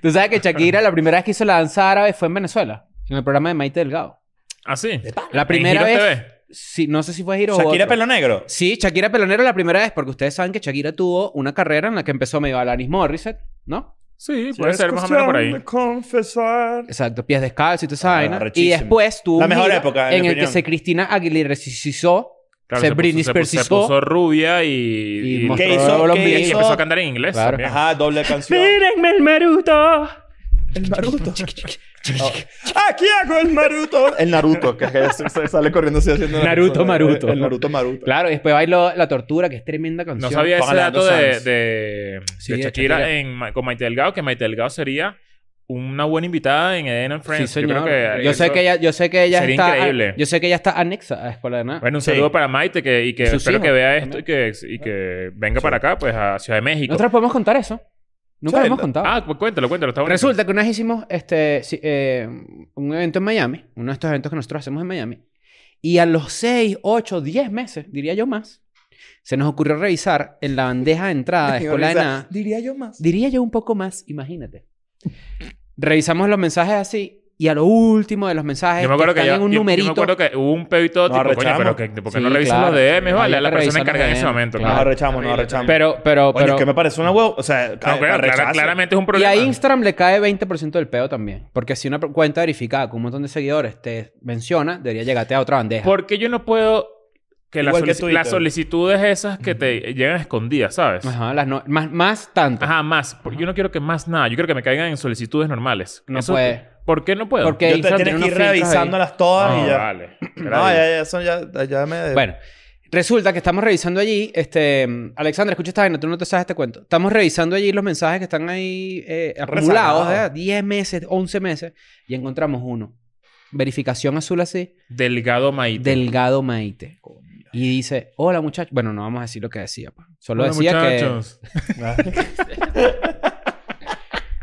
Speaker 3: Tú sabes que Shakira la primera vez que hizo la danza árabe fue en Venezuela, en el programa de Maite Delgado.
Speaker 1: Ah, sí.
Speaker 3: La primera
Speaker 1: Giros
Speaker 3: vez...
Speaker 1: TV?
Speaker 3: Sí, no sé si fue Giro o
Speaker 2: Shakira
Speaker 3: otro.
Speaker 2: pelo negro.
Speaker 3: Sí, Shakira Pelonero la primera vez, porque ustedes saben que Shakira tuvo una carrera en la que empezó medio Alanis Morissette, ¿no?
Speaker 1: Sí, puede ser más o menos por ahí.
Speaker 2: Cuestión de confesar.
Speaker 3: Exacto, pies descalzos y toda esa
Speaker 2: Ah,
Speaker 3: vaina. Y
Speaker 2: arrechísimo.
Speaker 3: después tuvo
Speaker 2: La
Speaker 3: un
Speaker 2: mejor
Speaker 3: giro
Speaker 2: época, en
Speaker 3: en,
Speaker 2: mi
Speaker 3: el que
Speaker 2: opinión.
Speaker 3: se Cristina Aguilera-Cicizó.
Speaker 1: Claro,
Speaker 3: se
Speaker 1: puso-
Speaker 3: Britney
Speaker 1: se puso-
Speaker 3: Spears
Speaker 1: Se puso rubia y...
Speaker 3: y
Speaker 1: y-
Speaker 3: mostró
Speaker 2: ¿Qué hizo?
Speaker 3: el
Speaker 2: ¿Qué
Speaker 1: y
Speaker 3: ombligo.
Speaker 2: hizo?
Speaker 1: empezó a cantar en inglés
Speaker 3: Claro.
Speaker 1: también.
Speaker 2: Ajá, doble canción.
Speaker 3: Mírenme el maruto.
Speaker 2: El Naruto. Aquí hago el Naruto. El Naruto, que es- se sale corriendo así haciendo
Speaker 3: Naruto,
Speaker 2: el-
Speaker 3: Maruto.
Speaker 2: El Naruto Maruto.
Speaker 3: Claro, y después bailó La Tortura, que es tremenda
Speaker 1: No
Speaker 3: canción.
Speaker 1: sabía ese
Speaker 2: Ojalá,
Speaker 1: dato
Speaker 2: dos
Speaker 1: de,
Speaker 2: años.
Speaker 1: de,
Speaker 3: Sí,
Speaker 1: de
Speaker 3: de
Speaker 1: Shakira,
Speaker 3: Shakira.
Speaker 1: en Ma- con Maite Delgado, que Maite Delgado sería una buena invitada en Eden and
Speaker 3: Sí,
Speaker 1: Friends.
Speaker 3: señor. Yo,
Speaker 1: Yo, creo que
Speaker 3: sé
Speaker 1: eso-
Speaker 3: que ella, yo sé que ella
Speaker 1: sería
Speaker 3: está...
Speaker 1: increíble.
Speaker 3: Yo sé que ella está anexa a Escuela de Nada.
Speaker 1: Bueno, un
Speaker 2: Sí.
Speaker 1: saludo para Maite que, y que
Speaker 3: Sus
Speaker 1: espero
Speaker 3: hijos
Speaker 1: que vea esto y que, y que venga para acá, pues a Ciudad de México.
Speaker 3: Nosotros podemos contar eso. Nunca lo
Speaker 2: Sí,
Speaker 3: hemos
Speaker 2: la-
Speaker 3: contado.
Speaker 1: Ah, pues cuéntalo, cuéntalo. Está bonito.
Speaker 3: Resulta que una vez hicimos este, sí, eh, un evento en Miami, uno de estos eventos que nosotros hacemos en Miami, y a los 6, 8, 10 meses, diría yo más, se nos ocurrió revisar en la bandeja de entrada de Escuela de Nada,
Speaker 2: Diría yo más.
Speaker 3: diría yo un poco más, imagínate. Revisamos los mensajes así, y a lo último de los mensajes,
Speaker 1: Yo me acuerdo que,
Speaker 3: están
Speaker 1: ya-
Speaker 3: en un
Speaker 1: yo- yo me
Speaker 3: numerito.
Speaker 1: acuerdo que hubo un pedito
Speaker 2: Nos
Speaker 1: tipo, coño,
Speaker 2: arrechamos.
Speaker 1: pero que, ¿por qué no
Speaker 3: Sí,
Speaker 1: revisan
Speaker 3: claro.
Speaker 1: los DMs,
Speaker 3: Sí,
Speaker 1: vale?
Speaker 3: hay
Speaker 1: A la
Speaker 3: que
Speaker 1: persona
Speaker 3: revisar
Speaker 1: encargada en
Speaker 3: los
Speaker 1: ese
Speaker 3: DMs,
Speaker 1: momento.
Speaker 2: Nos
Speaker 3: claro.
Speaker 1: Claro.
Speaker 2: arrechamos, nos arrechamos.
Speaker 3: Pero, pero,
Speaker 2: Oye,
Speaker 3: pero...
Speaker 2: que me parece una huevo. O sea,
Speaker 1: No, claro, clara-
Speaker 2: rechazo.
Speaker 1: claramente es un
Speaker 3: Y
Speaker 1: problema.
Speaker 3: a Instagram le cae 20% del pedo también. Porque si una pro- cuenta verificada con un montón de seguidores te menciona, debería llegarte a otra bandeja.
Speaker 1: ¿Por qué yo no puedo que las,
Speaker 2: Igual que
Speaker 1: solici-
Speaker 2: Twitter.
Speaker 1: las solicitudes esas que te llegan escondidas, ¿sabes? Ajá.
Speaker 3: Ajá, las no- más, más tanto.
Speaker 1: más. Porque Yo no quiero que más nada. Yo quiero que me caigan en solicitudes normales.
Speaker 3: No puede.
Speaker 1: ¿Por qué no puedo?
Speaker 3: Porque-
Speaker 2: Yo te
Speaker 3: Instagram
Speaker 2: tienes
Speaker 3: tiene
Speaker 2: que ir
Speaker 3: unos filtros ahí.
Speaker 2: revisándolas todas
Speaker 1: Ah,
Speaker 2: y ya.
Speaker 1: vale.
Speaker 2: No, ya, ya, son, ya, ya me.
Speaker 3: Bueno, resulta que estamos revisando allí. Este, mm, Alexandra, escucha esta vaina, tú no te sabes este cuento. Estamos revisando allí los mensajes que están ahí eh, acumulados,
Speaker 2: Rezagados.
Speaker 3: ¿eh? 10 meses, 11 meses, y encontramos uno. Verificación azul así,
Speaker 1: Delgado Maite.
Speaker 3: Delgado Maite. Y dice, hola muchachos. Bueno, no vamos a decir lo que decía, pa. Solo
Speaker 1: Hola,
Speaker 3: decía que.
Speaker 1: muchachos.
Speaker 2: Ah.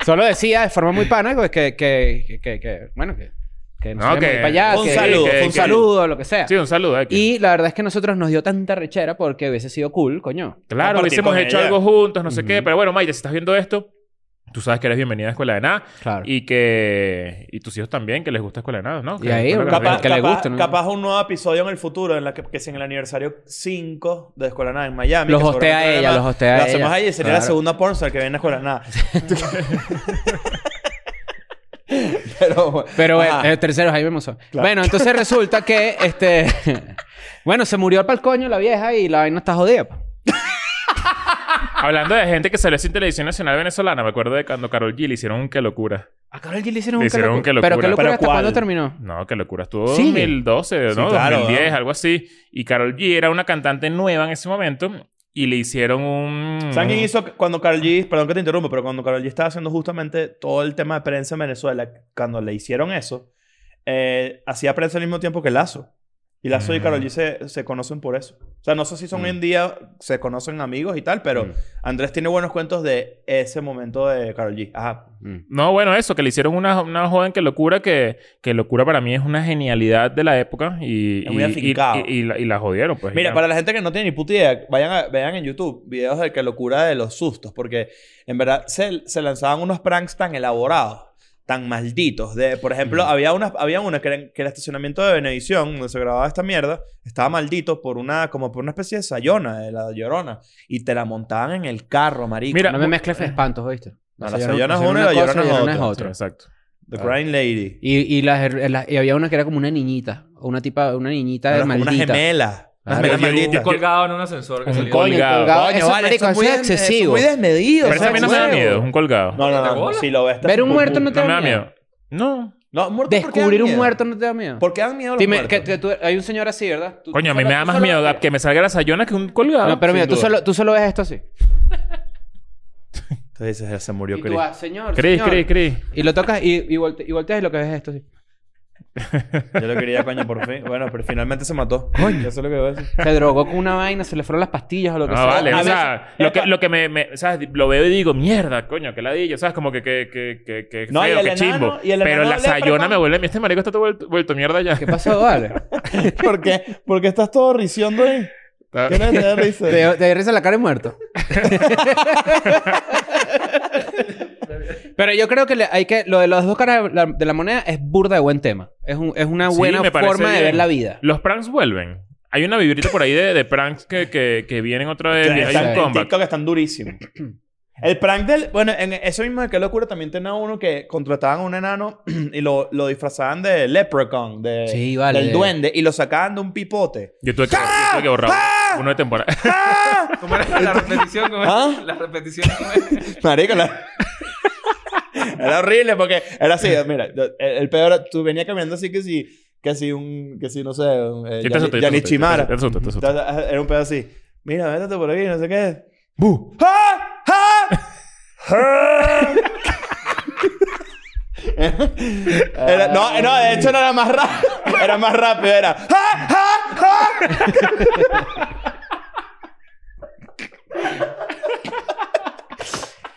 Speaker 3: Solo decía de forma muy pana pues, que, que, que, que- que- bueno, que, que
Speaker 1: No,
Speaker 3: no,
Speaker 1: que-
Speaker 3: que, para allá,
Speaker 2: Un
Speaker 3: que-
Speaker 2: saludo,
Speaker 3: que-
Speaker 2: fue un
Speaker 3: que-
Speaker 2: saludo.
Speaker 3: lo que sea.
Speaker 1: Sí, un saludo. eh, que-
Speaker 3: y la verdad es que a nosotros nos dio tanta rechera porque hubiese sido cool, coño.
Speaker 1: claro,
Speaker 2: compartir
Speaker 1: hubiésemos
Speaker 2: con
Speaker 1: hecho
Speaker 2: ella.
Speaker 1: algo juntos, no sé qué.
Speaker 3: Ujú.
Speaker 1: Pero bueno, Maite, si estás viendo esto, tú sabes que eres bienvenida a Escuela de Nada.
Speaker 3: Claro.
Speaker 1: Y que... Y tus hijos también, que les gusta Escuela de Nada, ¿no?
Speaker 3: Y
Speaker 1: Que-
Speaker 3: ahí,
Speaker 1: que lo
Speaker 3: capaz-
Speaker 1: vean.
Speaker 3: que le guste, ¿no?
Speaker 2: capaz un nuevo episodio en el futuro, en la que, que es en el aniversario 5 de Escuela Nada en Miami.
Speaker 3: Los
Speaker 2: que
Speaker 3: hostea
Speaker 2: seguramente
Speaker 3: ella,
Speaker 2: además
Speaker 3: los hostea
Speaker 2: lo
Speaker 3: ella.
Speaker 2: hacemos ahí y sería la
Speaker 3: Claro.
Speaker 2: segunda pornstar que viene a Escuela Nada. Pero,
Speaker 3: Pero eh,
Speaker 2: Ajá.
Speaker 3: el, tercero es Jaime Monzón.
Speaker 2: Claro.
Speaker 3: Bueno, entonces resulta que este. bueno, se murió pa'l coño la vieja y la vaina está jodida. pues. pa.
Speaker 1: Hablando de gente que salió sin Televisión Nacional Venezolana, me acuerdo de cuando Carol G le hicieron un qué locura.
Speaker 3: A Karol G le hicieron
Speaker 1: Le
Speaker 3: un
Speaker 1: hicieron
Speaker 3: qué
Speaker 1: un qué
Speaker 3: Pero qué
Speaker 1: locura.
Speaker 3: locura
Speaker 2: ¿Pero
Speaker 3: hasta
Speaker 2: cuál?
Speaker 3: cuándo terminó.
Speaker 1: No, qué locura. Estuvo en
Speaker 3: Sigue.
Speaker 1: 2012, ¿no?
Speaker 2: Sí, claro,
Speaker 1: 2010,
Speaker 2: ¿no?
Speaker 1: algo así. Y Carol G era una cantante nueva en ese momento y le hicieron un...
Speaker 2: ¿Saben quién hizo que- cuando Karol G, perdón que te interrumpo, pero cuando Karol G estaba haciendo justamente todo el tema de prensa en Venezuela, cuando le hicieron eso, eh, hacía prensa al mismo tiempo que Lazo. Y Lazo y Karol G se, se conocen por eso. O sea, no sé si son
Speaker 3: Mm.
Speaker 2: hoy en día, se conocen amigos y tal, pero
Speaker 3: Mm.
Speaker 2: Andrés tiene buenos cuentos de ese momento de Karol G. Ajá.
Speaker 3: Mm.
Speaker 1: No, bueno, eso, que le hicieron una, una joven que locura, que, que locura para mí es una genialidad de la época y,
Speaker 2: Es muy
Speaker 1: y-
Speaker 2: afincado.
Speaker 1: y- y la, y la jodieron. Pues, y
Speaker 2: Mira,
Speaker 1: ya.
Speaker 2: para la gente que no tiene ni puta idea, vayan a, vean en YouTube videos de que locura de los sustos, porque en verdad se, se lanzaban unos pranks tan elaborados, tan malditos. De, por ejemplo, había una, había una que, era, en- que el estacionamiento de Benevisión, donde se grababa esta mierda, estaba maldito por una, como por una especie de sayona, de la llorona, y te la montaban en el carro, marico.
Speaker 1: Mira,
Speaker 3: No me mezcles espantos, ¿oíste?
Speaker 2: Eh. No,
Speaker 3: O
Speaker 2: la
Speaker 3: sea,
Speaker 2: Sayona es
Speaker 3: o sea,
Speaker 2: una y la Llorona es
Speaker 3: cosa,
Speaker 2: otra.
Speaker 1: Sí, exacto.
Speaker 2: The Crying Lady.
Speaker 3: Y, y, las- las- y había una que era como una niñita. Una tipa, una niñita
Speaker 2: Era
Speaker 3: de
Speaker 2: como una
Speaker 3: maldita.
Speaker 2: gemela. Una
Speaker 3: Claro.
Speaker 2: gemela
Speaker 1: Yo- yo-
Speaker 2: maldita.
Speaker 1: yo-
Speaker 4: Colgado en un ascensor. que
Speaker 1: Un
Speaker 4: salió.
Speaker 1: col- colgado.
Speaker 2: Coño,
Speaker 3: Eso,
Speaker 2: vale,
Speaker 3: marico,
Speaker 2: eso
Speaker 3: eso
Speaker 2: muy
Speaker 3: es
Speaker 2: des- eso
Speaker 3: excesivo.
Speaker 2: muy desmedido.
Speaker 1: Pero
Speaker 3: Eso
Speaker 1: eso a mí
Speaker 3: es
Speaker 1: no me da
Speaker 3: huevo.
Speaker 1: miedo, es un colgado. No,
Speaker 2: No, no,
Speaker 4: ¿Te
Speaker 2: no.
Speaker 4: bola?
Speaker 2: Si lo ves. estás-
Speaker 3: Ver un muerto no te
Speaker 1: me da
Speaker 3: da
Speaker 1: miedo.
Speaker 3: miedo.
Speaker 1: No.
Speaker 2: No, muerto ¿por qué dan
Speaker 3: Descubrir un
Speaker 2: miedo?
Speaker 3: muerto no te da miedo.
Speaker 2: ¿Por qué dan miedo los
Speaker 3: Dime,
Speaker 2: muertos?
Speaker 3: que, que tú- hay un señor así, ¿verdad? Tú-
Speaker 1: Coño,
Speaker 3: tú
Speaker 1: a mí
Speaker 3: solo-
Speaker 1: me da
Speaker 3: tú
Speaker 1: más
Speaker 3: solo-
Speaker 1: miedo da- que me salga la sayona que un colgado.
Speaker 3: No, pero
Speaker 1: sin
Speaker 3: mira, tú
Speaker 1: duda.
Speaker 3: solo, tú solo ves esto así.
Speaker 2: Tú dices, se murió
Speaker 3: Y tú
Speaker 2: Chris.
Speaker 3: vas, señor,
Speaker 1: Cris,
Speaker 3: señor.
Speaker 1: Cris, Cris.
Speaker 3: Y lo tocas y, y, volte- y volteas y lo que ves es esto así.
Speaker 2: Yo lo quería, coño, por fin. Bueno, pero finalmente se mató. Coño. Eso es lo que voy a decir.
Speaker 3: Se drogó con una vaina, se le fueron las pastillas o lo que
Speaker 1: No,
Speaker 3: sea.
Speaker 1: Ah,
Speaker 3: Ah,
Speaker 1: vale,
Speaker 2: A
Speaker 1: o
Speaker 2: veces-
Speaker 1: sea, lo que, lo que me, me- ¿sabes? Lo veo y digo, mierda, coño, que ladillo, ¿sabes? Como que, que, que, que, que
Speaker 2: No, y
Speaker 1: feo,
Speaker 2: el
Speaker 1: que
Speaker 2: enano-
Speaker 1: chimbo.
Speaker 2: y el
Speaker 1: Pero
Speaker 2: enano
Speaker 1: la
Speaker 2: Leprechaun.
Speaker 1: sayona me vuelve, este marico está todo vuelto, vuelto mierda ya.
Speaker 3: ¿Qué pasó, vale?
Speaker 2: ¿Por qué? Porque estás todo riciando ahí.
Speaker 1: Está-
Speaker 2: ¿Qué no te da risa?
Speaker 3: Te, te risa la cara de muerto. Pero yo creo que le- hay que lo de las dos caras de la, de la moneda es burda de buen tema. Es, un- es una
Speaker 1: Sí,
Speaker 3: buena
Speaker 1: me parece
Speaker 3: forma de
Speaker 1: bien.
Speaker 3: ver la vida.
Speaker 1: Los pranks vuelven. Hay una vibrita por ahí de, de pranks que, que, que vienen otra vez. Hay
Speaker 2: Están
Speaker 1: un
Speaker 2: en
Speaker 1: comeback.
Speaker 2: TikTok están durísimos. El prank del... Bueno, en eso mismo de qué locura también tenía uno que contrataban a un enano y lo, lo disfrazaban de leprechaun, de,
Speaker 3: Sí, vale.
Speaker 2: del duende, y lo sacaban de un pipote.
Speaker 1: Yo tuve que, yo tuve que borrar
Speaker 2: ¡Ah!
Speaker 1: uno de temporada.
Speaker 4: ¿Cómo era la repetición? ¿Cómo era?
Speaker 2: ¿Ah?
Speaker 4: La repetición. ¿cómo era?
Speaker 2: Marico, la- era horrible porque era así, mira, el, el peor, tú venías caminando así que si, que si un, que si no sé, un, eh,
Speaker 1: Yo te
Speaker 2: Yani-
Speaker 1: asusté, yo te
Speaker 2: Yani
Speaker 1: asusté,
Speaker 2: Chimara.
Speaker 1: te asusté, te asusté.
Speaker 2: Era un pedo así. Mira, métete por aquí, no sé qué. ¡Bu! ¡Ja! ¡Ja! ¡Ja! Era- no, no, de hecho no era más rápido. Era más rápido, era. ¡Ja! ¡Ja! ¡Ja!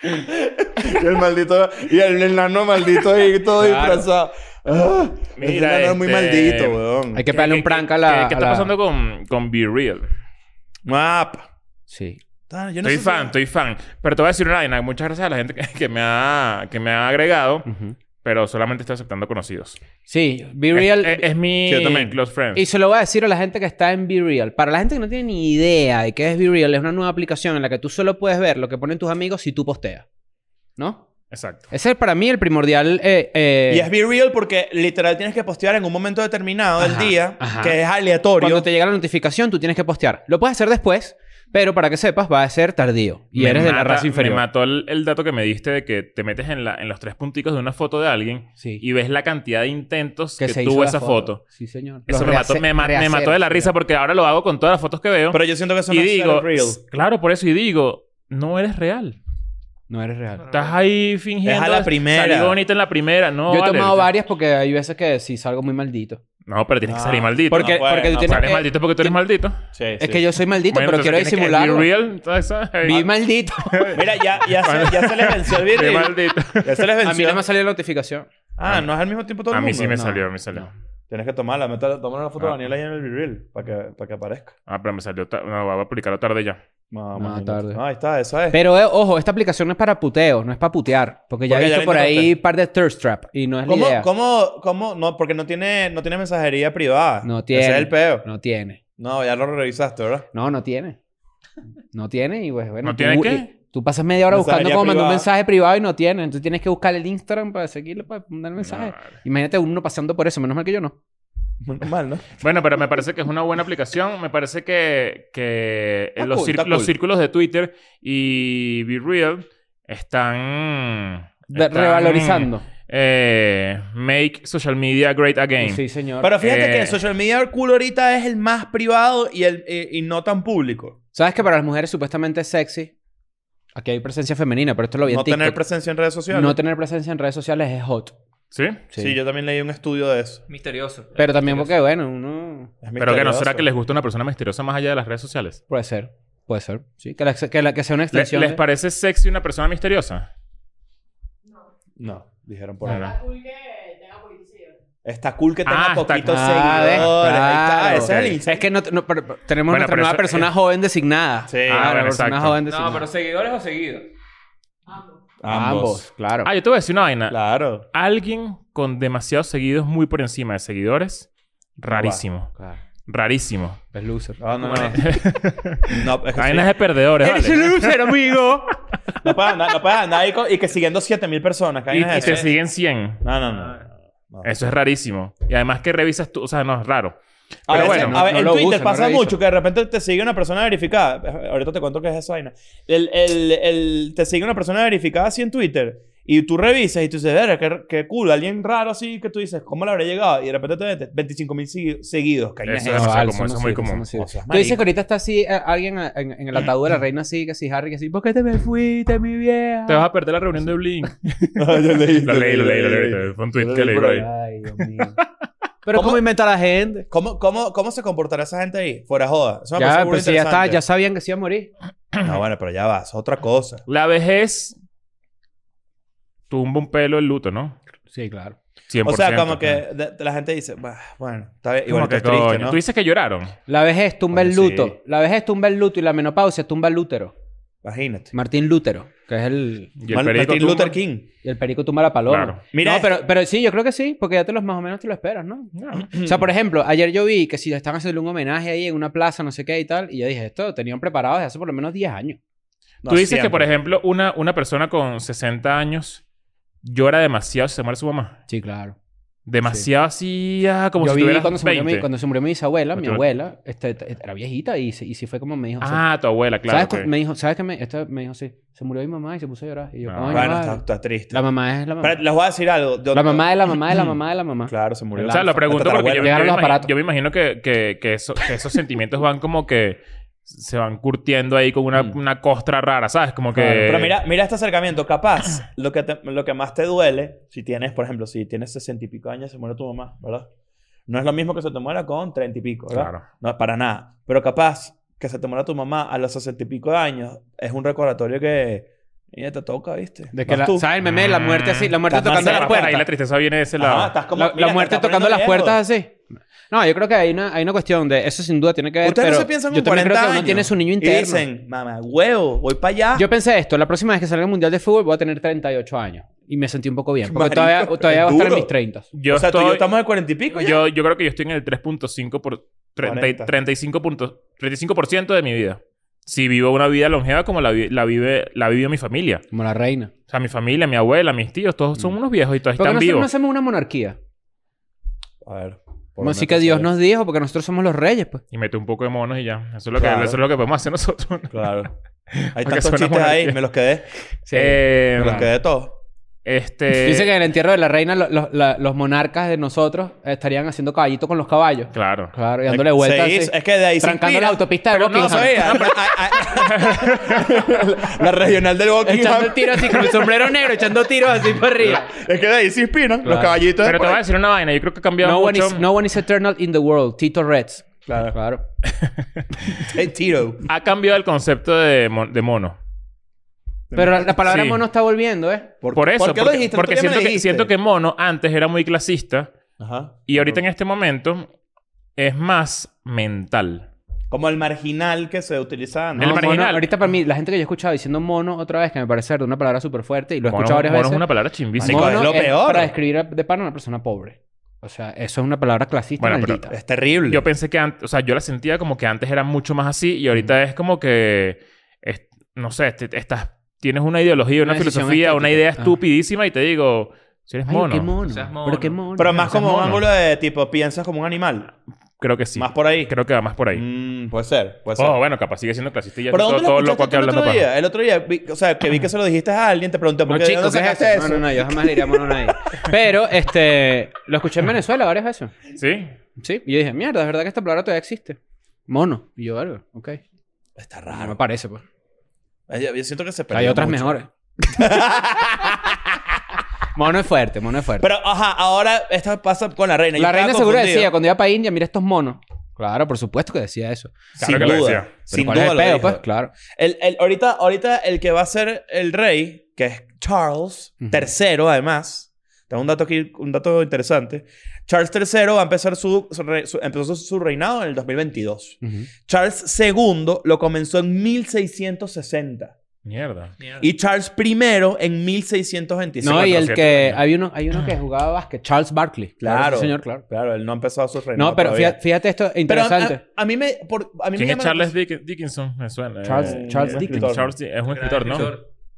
Speaker 2: Y el maldito. Y el enano maldito ahí todo
Speaker 1: Claro.
Speaker 2: disfrazado. Ah, ese
Speaker 1: Mira,
Speaker 2: enano es muy
Speaker 1: este,
Speaker 2: maldito, weón.
Speaker 3: Hay que pegarle un prank a
Speaker 1: ¿Qué,
Speaker 3: la.
Speaker 1: qué
Speaker 3: a
Speaker 1: está
Speaker 3: la-
Speaker 1: pasando con, con Be Real?
Speaker 2: Map.
Speaker 3: Sí.
Speaker 2: Ah, yo no
Speaker 1: Estoy
Speaker 2: sé
Speaker 1: fan,
Speaker 2: si-
Speaker 1: estoy fan. Pero te voy a decir una vaina. Muchas gracias a la gente que, que me, ha, que me ha agregado,
Speaker 3: Ujú.
Speaker 1: pero solamente estoy aceptando conocidos.
Speaker 3: Sí, Be
Speaker 1: Es-
Speaker 3: Real.
Speaker 1: Es, es mi
Speaker 2: Sí, yo también.
Speaker 1: close friend.
Speaker 3: Y se lo voy a decir a la gente que está en Be Real. Para la gente que no tiene ni idea de qué es Be Real, es una nueva aplicación en la que tú solo puedes ver lo que ponen tus amigos si tú posteas. ¿No?
Speaker 1: Exacto.
Speaker 3: Ese es para mí el primordial. eh, eh,
Speaker 2: Y es be real porque literal tienes que postear en un momento determinado del
Speaker 3: Ajá,
Speaker 2: día
Speaker 3: ajá.
Speaker 2: que es aleatorio.
Speaker 3: Cuando te llega la notificación, tú tienes que postear. Lo puedes hacer después, pero para que sepas, va a ser tardío. Y
Speaker 1: Me
Speaker 3: eres de la
Speaker 1: mata-
Speaker 3: raza inferior.
Speaker 1: Me mató el, el dato que me diste de que te metes en, la, en los tres punticos de una foto de alguien
Speaker 3: Sí.
Speaker 1: y ves la cantidad de intentos que,
Speaker 3: se hizo
Speaker 1: tuvo
Speaker 3: la
Speaker 1: esa foto.
Speaker 3: Sí, señor.
Speaker 1: Eso
Speaker 3: Los
Speaker 1: me mató,
Speaker 3: rehace-
Speaker 1: me, ma- me
Speaker 3: rehacer,
Speaker 1: mató de la risa
Speaker 3: señor.
Speaker 1: porque ahora lo hago con todas las fotos que veo.
Speaker 2: Pero yo siento que eso
Speaker 1: y
Speaker 2: no
Speaker 1: digo,
Speaker 2: es ser real.
Speaker 1: "S- claro, por eso, y digo, no eres real.
Speaker 3: No eres real.
Speaker 1: Estás ahí fingiendo.
Speaker 2: Es a la primera.
Speaker 1: Salí bonito en la primera, no.
Speaker 3: Yo he
Speaker 1: vale.
Speaker 3: tomado varias porque hay veces que sí salgo muy maldito.
Speaker 1: No, pero tienes que
Speaker 2: No,
Speaker 1: salir maldito.
Speaker 3: Porque,
Speaker 2: no puede,
Speaker 3: porque tú
Speaker 2: no
Speaker 3: tienes
Speaker 1: Sales
Speaker 3: que-
Speaker 1: maldito porque tú eres maldito.
Speaker 2: Sí,
Speaker 3: Es que yo soy maldito,
Speaker 1: Bueno,
Speaker 3: pero quiero
Speaker 1: entonces tienes que
Speaker 3: disimularlo.
Speaker 1: Be real, entonces, ¿sabes?
Speaker 3: Vi maldito.
Speaker 2: Mira, ya, ya, se, ya se les venció el be
Speaker 1: Be
Speaker 2: real.
Speaker 1: maldito.
Speaker 2: Ya se les venció.
Speaker 3: A mí no me salió la notificación.
Speaker 2: Ah, no es al mismo tiempo todo el
Speaker 1: A
Speaker 2: mundo.
Speaker 1: mí sí me
Speaker 2: No.
Speaker 1: salió, a mí salió.
Speaker 2: Tienes que tomarla, meterla- tomar una foto
Speaker 1: Ah.
Speaker 2: de Daniela ahí en el be real para que, para que aparezezca.
Speaker 1: Ah, pero me salió. ta- No, voy a publicarlo tarde ya.
Speaker 2: No,
Speaker 3: No,
Speaker 2: imagínate.
Speaker 3: tarde.
Speaker 2: No, ahí está, esa es.
Speaker 3: Pero eh, ojo, esta aplicación no es para puteo, no es para putear. Porque ya
Speaker 2: Porque
Speaker 3: he
Speaker 2: ya
Speaker 3: visto
Speaker 2: le
Speaker 3: por ahí
Speaker 2: entraste.
Speaker 3: un par de thirst trap y no es la
Speaker 2: ¿Cómo,
Speaker 3: idea.
Speaker 2: ¿Cómo, cómo? No, porque no tiene, no tiene mensajería privada.
Speaker 3: No tiene.
Speaker 2: Ese es el peo.
Speaker 3: No tiene.
Speaker 2: No, ya lo revisaste, ¿verdad?
Speaker 3: No, no tiene. No tiene y pues bueno.
Speaker 1: ¿No tiene
Speaker 3: tú,
Speaker 1: qué?
Speaker 3: Tú pasas media hora buscando
Speaker 2: Mensajería
Speaker 3: cómo mandar un
Speaker 2: privada.
Speaker 3: mensaje privado y no tiene. Entonces tienes que buscar el Instagram para seguirlo, para mandar el mensaje.
Speaker 1: No, vale.
Speaker 3: Imagínate uno pasando por eso. Menos mal que yo no.
Speaker 2: Menos mal, ¿no?
Speaker 1: Bueno, pero me parece que es una buena aplicación. Me parece que, que
Speaker 2: Está
Speaker 1: los,
Speaker 2: cool,
Speaker 1: cir-
Speaker 2: está
Speaker 1: los
Speaker 2: cool.
Speaker 1: círculos de Twitter y Be Real están...
Speaker 3: De-
Speaker 1: están,
Speaker 3: Revalorizando.
Speaker 1: eh, make social media great again.
Speaker 3: Sí, señor.
Speaker 2: Pero fíjate
Speaker 1: Eh.
Speaker 2: que el social media el culo ahorita es el más privado y, el, eh, y, y no tan público.
Speaker 3: ¿Sabes que para las mujeres supuestamente es sexy? Aquí hay presencia femenina, pero esto lo vi en
Speaker 2: No tener
Speaker 3: TikTok.
Speaker 2: presencia en redes sociales.
Speaker 3: no tener presencia en redes sociales es hot.
Speaker 1: ¿Sí?
Speaker 2: Sí. yo también leí un estudio de eso.
Speaker 4: Misterioso.
Speaker 3: Pero también porque, bueno, uno...
Speaker 2: Es
Speaker 1: Pero que no
Speaker 2: misterioso.
Speaker 1: será que les gusta una persona misteriosa más allá de las redes sociales.
Speaker 3: Puede ser. Puede ser. Sí. Que, la, que, la- que sea una
Speaker 1: ¿Le-
Speaker 3: extensión.
Speaker 1: ¿Les
Speaker 3: de-
Speaker 1: parece sexy una persona misteriosa?
Speaker 2: No, dijeron por
Speaker 1: Claro.
Speaker 2: ahí.
Speaker 6: Está cool que tenga poquito seguidor.
Speaker 2: Está cool que tenga poquitos
Speaker 1: Ah, está-
Speaker 3: Ah,
Speaker 2: seguidores.
Speaker 3: ¿ves?
Speaker 2: Ahí está,
Speaker 3: Claro.
Speaker 2: ese es el
Speaker 1: Ok.
Speaker 2: Instagram.
Speaker 3: Es que no, no, pero- pero tenemos
Speaker 1: Bueno,
Speaker 3: nuestra
Speaker 1: pero
Speaker 3: nueva
Speaker 1: eso-
Speaker 3: persona joven designada.
Speaker 2: Sí.
Speaker 3: Ah,
Speaker 1: Ah,
Speaker 3: una
Speaker 1: bueno,
Speaker 3: persona
Speaker 1: exacto.
Speaker 3: joven designada.
Speaker 4: No, pero seguidores o seguidos.
Speaker 6: Ambos.
Speaker 3: Ambos, claro.
Speaker 1: Ah, yo te voy a decir una vaina.
Speaker 2: Claro.
Speaker 1: Alguien con demasiados seguidos muy por encima de seguidores, rarísimo.
Speaker 3: Claro.
Speaker 1: Rarísimo.
Speaker 3: Es loser.
Speaker 2: Ah, No, no, no. no, es que sí.
Speaker 1: Vainas de perdedores,
Speaker 3: ¡Eres un
Speaker 1: ¿vale?
Speaker 3: loser, amigo!
Speaker 2: no puedes andar, no puedes andar ahí con- y que siguiendo 7000 personas. ¿qué
Speaker 1: Y, Ah.
Speaker 2: vaina
Speaker 1: y
Speaker 2: es
Speaker 1: te
Speaker 2: eso?
Speaker 1: siguen 100.
Speaker 2: No, no, no. no.
Speaker 1: Eso es rarísimo. Y además que revisas tú, o sea, no es raro.
Speaker 2: A
Speaker 1: Pero
Speaker 2: veces-
Speaker 1: bueno,
Speaker 2: a
Speaker 3: no-
Speaker 2: ver,
Speaker 3: no
Speaker 2: en
Speaker 3: lo
Speaker 2: Twitter
Speaker 3: usan, no
Speaker 2: pasa
Speaker 3: revisan.
Speaker 2: mucho que de repente te sigue una persona verificada. Ahorita te cuento qué es esa vaina. El, el, el- te sigue una persona verificada así en Twitter y tú revisas y tú dices, verga, qué, qué cool, alguien raro así que tú dices, ¿cómo le habré llegado? Y de repente te metes 25 mil seguidos. que hay una
Speaker 1: Eso
Speaker 2: gente.
Speaker 1: es demasiado
Speaker 3: vale,
Speaker 1: común, eso
Speaker 3: no
Speaker 1: es muy
Speaker 3: sirve,
Speaker 1: común.
Speaker 3: no sirve.
Speaker 2: O sea,
Speaker 3: Tú dices
Speaker 2: marico.
Speaker 3: que ahorita está así eh, alguien eh, en, en el ataúd de la reina así, que así Harry, que así, ¿por qué te me fuiste, mi vieja?
Speaker 1: Te vas a perder la reunión de Blink.
Speaker 2: Yo leí,
Speaker 1: Lo
Speaker 2: yo
Speaker 1: leí, lo leí, lo
Speaker 2: lo leí.
Speaker 1: leí. Fue un tweet
Speaker 2: Lo
Speaker 1: que
Speaker 2: leí
Speaker 1: leí
Speaker 2: por
Speaker 1: por ahí.
Speaker 3: Ay, Dios mío. Pero
Speaker 2: ¿Cómo?
Speaker 3: ¿cómo, inventa la gente?
Speaker 2: ¿Cómo, cómo, ¿Cómo se comportará esa gente ahí? Fuera joda. Eso me parece
Speaker 3: Ya,
Speaker 2: burda
Speaker 3: pues si ya está, ya
Speaker 2: interesante.
Speaker 3: sabían que se iba a morir.
Speaker 2: No, bueno, pero ya vas. Otra cosa.
Speaker 1: La vejez tumba un pelo el luto, ¿no?
Speaker 3: Sí, claro.
Speaker 1: 100%.
Speaker 2: O sea, como que
Speaker 1: ajá.
Speaker 2: de- de la gente dice, "Bah, bueno, está bien.
Speaker 1: Como
Speaker 2: Igual
Speaker 1: que
Speaker 2: es triste,
Speaker 1: coño.
Speaker 2: ¿no?
Speaker 1: Tú dices que lloraron.
Speaker 3: La vejez tumba
Speaker 2: Coño,
Speaker 3: el luto.
Speaker 2: sí.
Speaker 3: La vejez tumba el luto y la menopausia tumba el lútero.
Speaker 2: Imagínate.
Speaker 3: Martín Lútero, que es el...
Speaker 1: Y el
Speaker 2: Mal-
Speaker 1: perico
Speaker 2: Martin
Speaker 1: tumba-
Speaker 2: Luther King.
Speaker 3: Y el perico tumba la paloma.
Speaker 1: Claro.
Speaker 2: Mira,
Speaker 3: no, pero, pero sí, yo creo que sí, porque ya te los más o menos te lo esperas, ¿no?
Speaker 1: No.
Speaker 2: Mm.
Speaker 3: O sea, por ejemplo, ayer yo vi que si están haciendo un homenaje ahí en una plaza, no sé qué y tal, y yo dije, esto lo tenían preparado desde hace por lo menos 10 años.
Speaker 2: No,
Speaker 1: Tú dices
Speaker 2: siempre.
Speaker 1: que, por ejemplo, una, una persona con 60 años llora demasiado si se muere su mamá.
Speaker 3: Sí, claro.
Speaker 1: Demasiado así, ah, como
Speaker 3: yo
Speaker 1: si
Speaker 3: vi
Speaker 1: tuvieras
Speaker 3: cuando se, murió
Speaker 1: 20.
Speaker 3: mi, cuando se murió mi bisabuela,
Speaker 1: Cuando
Speaker 3: mi
Speaker 1: tuve-
Speaker 3: abuela este, t- era viejita y, se- y sí fue como me dijo. o sea,
Speaker 1: Ah, tu abuela, claro.
Speaker 3: ¿Sabes?
Speaker 1: ok.
Speaker 3: cu- Me dijo, ¿sabes qué? Me, esto me dijo, sí, se murió mi mamá y se puso a llorar. Y yo,
Speaker 1: Ah.
Speaker 3: coño,
Speaker 2: Bueno,
Speaker 3: vale.
Speaker 2: está, está triste.
Speaker 3: La mamá es la mamá.
Speaker 2: Pero les voy a decir algo. Yo-
Speaker 3: la mamá de la mamá de la mamá de la mamá.
Speaker 2: Claro, se murió.
Speaker 1: O sea, lo pregunto
Speaker 2: La
Speaker 1: porque yo, yo, me
Speaker 3: Llegaron los
Speaker 1: imagino,
Speaker 3: aparatos.
Speaker 1: yo me imagino que, que, que, eso- que esos sentimientos van como que se van curtiendo ahí con una, una costra rara, ¿sabes? Como que...
Speaker 2: Mm. Claro, Pero mira, mira este acercamiento. Capaz, lo que, te- lo que más te duele, si tienes, por ejemplo, si tienes sesenta y pico años, se muere tu mamá, ¿verdad? No es lo mismo que se te muera con treinta y pico, ¿verdad?
Speaker 1: Claro.
Speaker 2: No, para nada. Pero capaz que se te muera tu mamá a los sesenta y pico de años es un recordatorio que ya te toca, ¿viste?
Speaker 3: De que
Speaker 2: Vas
Speaker 3: la,
Speaker 2: tú. Ah.
Speaker 3: ¿Sabes el meme? La muerte así, la muerte
Speaker 2: Estás más
Speaker 3: tocando
Speaker 2: cerca
Speaker 3: las
Speaker 2: por
Speaker 1: Ahí la
Speaker 3: puertas.
Speaker 1: tristeza viene de ese
Speaker 2: Ajá,
Speaker 1: lado.
Speaker 2: estás como-
Speaker 3: La, la
Speaker 2: mira, te
Speaker 3: muerte
Speaker 2: estás
Speaker 3: tocando
Speaker 2: poniendo
Speaker 3: las
Speaker 2: viejo.
Speaker 3: puertas así. No, yo creo que hay una, hay una cuestión de eso sin duda tiene que ver.
Speaker 2: Ustedes
Speaker 3: pero
Speaker 2: no se piensan
Speaker 3: yo
Speaker 2: con
Speaker 3: también
Speaker 2: 40
Speaker 3: creo que
Speaker 2: años.
Speaker 3: uno tiene su niño interno.
Speaker 2: Y dicen, "Ah". mamá, huevo, voy para allá.
Speaker 3: Yo pensé esto, la próxima vez que salga el Mundial de Fútbol voy a tener 38 años. Y me sentí un poco bien,
Speaker 2: Marico,
Speaker 3: porque todavía, todavía
Speaker 2: es
Speaker 3: voy a estar en
Speaker 2: duro.
Speaker 3: mis 30.
Speaker 1: Yo
Speaker 2: o sea, tú y yo
Speaker 1: estoy-
Speaker 2: estamos de cuarenta y pico ya.
Speaker 1: Yo, yo creo que yo estoy en el 3.5 por 30,
Speaker 2: 40.
Speaker 1: 35 puntos- 35% de mi vida. Si vivo una vida longeva como la, vi- la vive la vivió mi familia.
Speaker 3: Como la reina.
Speaker 1: O sea, mi familia, mi abuela, mis tíos, todos
Speaker 2: Mm.
Speaker 1: son unos viejos y todos
Speaker 3: Porque
Speaker 1: están
Speaker 3: nosotros no
Speaker 1: vivos.
Speaker 3: hacemos una monarquía.
Speaker 2: A ver. por lo
Speaker 3: Como así
Speaker 2: menos
Speaker 3: que Dios
Speaker 2: sabes.
Speaker 3: nos dijo, porque nosotros somos los reyes, pues.
Speaker 1: Y mete un poco de monos y ya. Eso es lo que,
Speaker 2: Claro.
Speaker 1: eso es lo que podemos hacer nosotros.
Speaker 2: Claro. Hay
Speaker 1: Porque
Speaker 2: tantos
Speaker 1: suena
Speaker 2: chistes
Speaker 1: monarquía.
Speaker 2: ahí, me los quedé.
Speaker 1: Eh,
Speaker 2: Me los
Speaker 1: bueno,
Speaker 2: quedé todos. Eh.
Speaker 1: Este.
Speaker 3: Dice que en el entierro de la reina lo- lo- la- los monarcas de nosotros estarían haciendo caballito con los caballos.
Speaker 1: Claro.
Speaker 3: Claro, y dándole vueltas.
Speaker 2: Eh, Se hizo-
Speaker 3: así.
Speaker 2: Es que de ahí se
Speaker 3: Trancando
Speaker 2: inspira.
Speaker 3: la autopista de
Speaker 2: Pero no
Speaker 3: Buckingham.
Speaker 2: sabía. la, la regional del
Speaker 3: Echando
Speaker 2: Buckingham.
Speaker 3: tiros así con el sombrero negro, echando tiros así para arriba.
Speaker 2: Es que de ahí se inspiran los caballitos. de
Speaker 1: Pero te
Speaker 2: por
Speaker 1: voy a
Speaker 2: ahí.
Speaker 1: decir una vaina. Yo creo que ha cambiado
Speaker 3: No one,
Speaker 1: mucho.
Speaker 3: is, no one is eternal in the world. Tito Reds.
Speaker 2: Claro.
Speaker 3: Claro.
Speaker 2: Hey, Tito.
Speaker 1: Ha cambiado el concepto de, mon- de mono.
Speaker 3: Pero la, la palabra
Speaker 1: Sí.
Speaker 3: mono está volviendo, ¿eh?
Speaker 1: Por, eso.
Speaker 2: ¿Por qué lo
Speaker 1: porque
Speaker 2: dijiste? Tú
Speaker 1: porque
Speaker 2: ya me
Speaker 1: siento, que,
Speaker 2: dijiste.
Speaker 1: siento que mono antes era muy clasista.
Speaker 2: Ajá.
Speaker 1: Y ahorita en este momento es más mental.
Speaker 2: Como el marginal que se utiliza antes.
Speaker 1: El
Speaker 3: No,
Speaker 1: marginal.
Speaker 3: mono- ahorita para mí, la gente que yo he escuchado diciendo mono otra vez, que me parece una palabra súper fuerte y lo he escuchado
Speaker 1: mono,
Speaker 3: varias
Speaker 1: mono
Speaker 3: veces.
Speaker 1: es una palabra chimbísima.
Speaker 2: Marico,
Speaker 3: Mono
Speaker 2: es lo peor.
Speaker 3: para describir a- de pan a una persona pobre. O sea, eso es una palabra clasista
Speaker 1: Bueno, pero-
Speaker 3: maldita.
Speaker 2: Es terrible.
Speaker 1: Yo pensé que antes, o sea, yo la sentía como que antes era mucho más así y ahorita es como que, es- no sé, te- estás, tienes una ideología, una,
Speaker 3: Una decisión
Speaker 1: filosofía, una
Speaker 3: estética.
Speaker 1: idea
Speaker 3: Ajá.
Speaker 1: estupidísima y te digo, si eres
Speaker 3: Ay,
Speaker 1: mono,
Speaker 3: qué mono.
Speaker 4: Seas mono.
Speaker 3: Pero qué mono.
Speaker 2: pero más
Speaker 1: seas
Speaker 2: como un
Speaker 1: mono.
Speaker 2: ángulo de tipo, piensas como un animal.
Speaker 1: creo que sí.
Speaker 2: Más por ahí.
Speaker 1: Creo que va más por ahí.
Speaker 2: Mm, puede ser, puede ser.
Speaker 1: oh, bueno, capaz sigue siendo clasista y ya
Speaker 2: ¿Pero
Speaker 1: todo,
Speaker 2: dónde lo
Speaker 1: todo
Speaker 2: escuchaste
Speaker 1: loco aquí
Speaker 2: tú el
Speaker 1: hablando
Speaker 2: otro
Speaker 1: paja.
Speaker 2: día? El otro día, vi- o sea, que vi que se lo dijiste a alguien, te pregunté por
Speaker 3: No,
Speaker 2: qué
Speaker 3: chico,
Speaker 2: ¿de dónde
Speaker 3: ¿qué es
Speaker 2: sacaste
Speaker 3: eso?
Speaker 2: eso.
Speaker 3: No, no, no, yo jamás le diría mono a nadie. Pero, este, lo escuché en Venezuela varias veces.
Speaker 1: ¿Sí?
Speaker 3: Sí. Y yo dije, mierda, es verdad que esta palabra todavía existe. Mono. Y yo, algo, ok.
Speaker 2: Está
Speaker 3: No me
Speaker 2: raro.
Speaker 3: parece, pues.
Speaker 2: Ay, Yo siento que se perdió
Speaker 3: Hay otras
Speaker 2: mucho.
Speaker 3: mejores. Mono es fuerte, mono es fuerte.
Speaker 2: Pero, ajá, ahora esta pasa con la reina. Yo
Speaker 3: la
Speaker 2: estaba
Speaker 3: reina seguro
Speaker 2: confundido.
Speaker 3: decía, cuando iba para India, mira estos monos. Claro, por supuesto que decía eso.
Speaker 1: Claro
Speaker 2: sin
Speaker 1: que lo
Speaker 2: duda.
Speaker 1: decía. Pero
Speaker 2: Sin
Speaker 3: ¿Cuál es
Speaker 2: duda.
Speaker 3: el
Speaker 2: lo
Speaker 3: pedo,
Speaker 2: dijo.
Speaker 3: pues? Claro.
Speaker 2: El- el- ahorita, ahorita el que va a ser el rey, que es Charles
Speaker 3: Ujú.
Speaker 2: tercero, además. Tengo un dato aquí, un dato interesante. Charles III va a empezar su, su re- su- empezó su reinado en el 2022. Charles II lo comenzó en 1660.
Speaker 1: Mierda.
Speaker 2: Y Charles I en 1625.
Speaker 3: No, y el
Speaker 1: 400
Speaker 3: que...
Speaker 1: años.
Speaker 3: Hay uno, hay uno que jugaba básquet. Charles Barkley.
Speaker 2: Claro.
Speaker 3: sí, señor, claro.
Speaker 2: Claro, él no ha empezado su reinado.
Speaker 3: No, pero
Speaker 2: todavía.
Speaker 3: fíjate, fíjate esto
Speaker 2: Pero ah, a-
Speaker 3: interesante.
Speaker 2: a, a mí me. por- a mí me
Speaker 1: ¿Quién es
Speaker 2: llama la
Speaker 1: Charles Dick- Dickinson? Me suena.
Speaker 3: Charles-
Speaker 1: Eh,
Speaker 3: Charles
Speaker 2: un
Speaker 3: Dickens.
Speaker 2: escritor.
Speaker 1: Charles Dick- es un escritor, ¿no?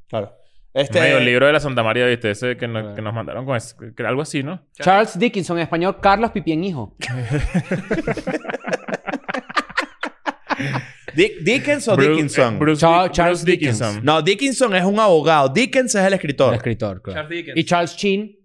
Speaker 2: Claro. Este,
Speaker 1: Medio libro de la Santa María, ¿viste? Ese que,
Speaker 3: Ah.
Speaker 1: no- que nos mandaron con ese- que era algo así, ¿no?
Speaker 3: Charles Dickinson, en español, Carlos Pipién Hijo.
Speaker 2: Dick- Dickens o
Speaker 1: Bru-
Speaker 2: Dickinson.
Speaker 1: eh, Bruce,
Speaker 3: Char-
Speaker 1: Dick-
Speaker 3: Charles
Speaker 1: Bruce
Speaker 3: Dickens.
Speaker 1: Dickinson.
Speaker 2: no, Dickinson es un abogado. Dickens es el
Speaker 3: El
Speaker 2: escritor.
Speaker 3: escritor, claro.
Speaker 4: Charles Dickens.
Speaker 3: Y Charles Chin,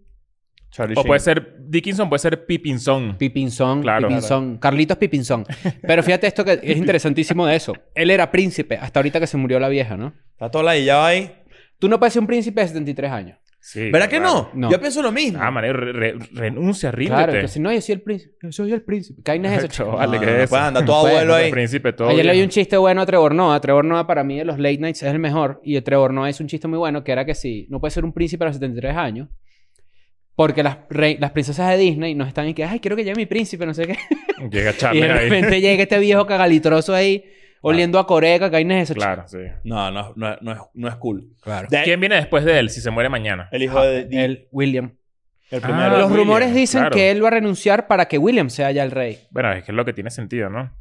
Speaker 2: Charlie
Speaker 1: O
Speaker 2: Sheen.
Speaker 1: puede ser Dickinson, puede ser Pippinson.
Speaker 3: Pipinzón,
Speaker 1: Claro.
Speaker 3: Pipinzón, Carlitos Pipinzón. Pero fíjate esto que es interesantísimo de eso. Él era príncipe hasta ahorita que se murió la vieja, ¿no?
Speaker 2: Está todo ladillado ahí.
Speaker 3: Tú no puedes ser un príncipe de 73 años.
Speaker 1: Sí,
Speaker 2: ¿Verdad que
Speaker 1: claro.
Speaker 2: no?
Speaker 3: No.
Speaker 2: Yo pienso lo mismo.
Speaker 1: Ah, man, re- re- renuncia, ríndete.
Speaker 3: Claro, que si no, yo soy el príncipe. Yo soy el príncipe. ¿Qué vaina es eso, chaval?
Speaker 1: Chaval,
Speaker 2: No,
Speaker 1: ¿qué
Speaker 2: no,
Speaker 1: es
Speaker 2: no puede
Speaker 1: eso?
Speaker 2: andar tu
Speaker 3: No puede,
Speaker 2: pues, abuelo
Speaker 3: no
Speaker 2: ahí.
Speaker 1: Príncipe, todo.
Speaker 3: Ayer le vi
Speaker 1: bien.
Speaker 3: un chiste bueno a Trevor Noah. Trevor Noah para mí de los late nights es el mejor. Y Trevor Noah hizo un chiste muy bueno que era que sí, no puede ser un príncipe a los 73 años. Porque las, rei- las princesas de Disney nos están y que, ay, quiero que llegue mi príncipe, no sé qué.
Speaker 1: Llega
Speaker 3: y de
Speaker 1: Charles ahí.
Speaker 3: repente llega este viejo cagalitroso ahí, oliendo a coreca, que vaina es eso.
Speaker 1: Claro, sí.
Speaker 2: No, no, no, no es, no es cool.
Speaker 3: claro. Ah,
Speaker 2: De-
Speaker 1: ¿Quién viene después de él si se muere mañana?
Speaker 2: El hijo de Dick, el,
Speaker 3: El William.
Speaker 2: primero.
Speaker 1: Ah,
Speaker 3: Los
Speaker 1: William,
Speaker 3: rumores dicen
Speaker 1: claro.
Speaker 3: que él va a renunciar para que William sea ya el rey.
Speaker 1: Bueno, es que es lo que tiene sentido, ¿no?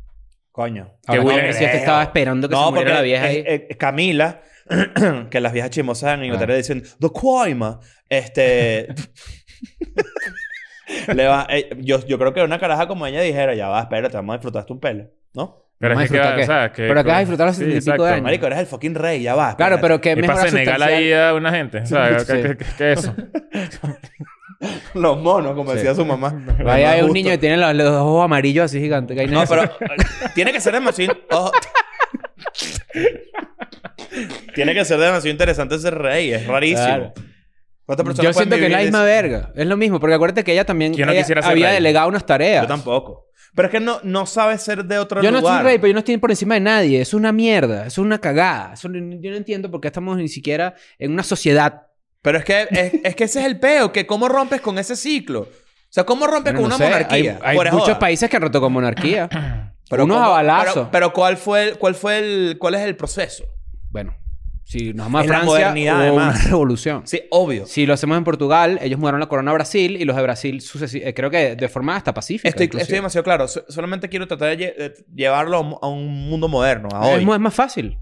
Speaker 2: Coño.
Speaker 1: Que
Speaker 3: Ahora,
Speaker 1: William-
Speaker 3: no, si este estaba esperando que se
Speaker 2: No,
Speaker 3: muriera
Speaker 2: porque
Speaker 3: la vieja ahí.
Speaker 2: eh, eh, Camila, que las viejas chismosas en
Speaker 3: Ah.
Speaker 2: Inglaterra dicen, The Quaima, este... le va, eh, yo, yo creo que una caraja como ella dijera, ya va, espérate, vamos a disfrutarte un pelo, ¿no?
Speaker 1: Pero es
Speaker 3: Vamos a
Speaker 1: que,
Speaker 3: disfrutar
Speaker 1: o
Speaker 3: qué.
Speaker 1: sea, que...
Speaker 3: Pero acabas de disfrutar los
Speaker 1: Sí,
Speaker 3: 70 y pico
Speaker 1: exacto.
Speaker 3: de años.
Speaker 2: Marico, eres el fucking rey, ya va.
Speaker 3: Mm. Claro, pero
Speaker 2: espérate.
Speaker 3: que
Speaker 1: Es para
Speaker 3: mejora
Speaker 1: Senegal la
Speaker 3: sustancial-
Speaker 1: vida de una gente. O sea, ¿qué, qué- qué- qué es eso?
Speaker 2: Los monos, como
Speaker 3: Sí.
Speaker 2: decía su mamá.
Speaker 3: Vaya, hay un
Speaker 2: eh, Justo.
Speaker 3: niño que tiene los, los ojos amarillos así gigantes. que hay
Speaker 2: No,
Speaker 3: nada.
Speaker 2: pero tiene que ser demasiado. in- ojo. tiene que ser demasiado interesante ese rey, es rarísimo.
Speaker 3: Claro.
Speaker 2: ¿Cuántas
Speaker 3: Yo
Speaker 2: personas pueden
Speaker 3: siento que es
Speaker 2: vivir
Speaker 3: la
Speaker 2: de
Speaker 3: misma
Speaker 2: eso?
Speaker 3: verga. Es lo mismo, porque acuérdate que ella también
Speaker 1: Yo no
Speaker 3: ella
Speaker 1: quisiera ser
Speaker 3: había
Speaker 1: rey.
Speaker 3: delegado unas tareas.
Speaker 2: Yo tampoco. Pero es que no, no sabe ser de otro
Speaker 3: Yo no
Speaker 2: lugar.
Speaker 3: soy rey, pero yo no estoy por encima de nadie. Es una mierda, es una cagada. Eso no- yo no entiendo por qué estamos ni siquiera en una sociedad.
Speaker 2: Pero es que, es, es que ese es el peo, que cómo rompes con ese ciclo. O sea, ¿cómo rompes con
Speaker 3: Bueno,
Speaker 2: una
Speaker 3: no sé,
Speaker 2: monarquía?
Speaker 3: Hay, hay
Speaker 2: Fuera de
Speaker 3: muchos
Speaker 2: joda. Ah.
Speaker 3: países que han roto con monarquía. pero unos
Speaker 2: ¿cómo-
Speaker 3: abalazos.
Speaker 2: Pero, pero ¿cuál, fue el, cuál, fue el, ¿cuál es el proceso?
Speaker 3: bueno, si nos vamos a
Speaker 2: Es la
Speaker 3: Francia,
Speaker 2: modernidad,
Speaker 3: hubo una
Speaker 2: además.
Speaker 3: revolución.
Speaker 2: Sí, obvio.
Speaker 3: Si lo hacemos en Portugal, ellos mudaron la corona a Brasil y los de Brasil, sucesi- eh, creo que de forma hasta pacífica.
Speaker 2: Estoy,
Speaker 3: inclusive.
Speaker 2: estoy demasiado claro. So- solamente quiero tratar de, lle- de llevarlo a un- a un mundo moderno, a hoy.
Speaker 3: Es, mu- es más fácil.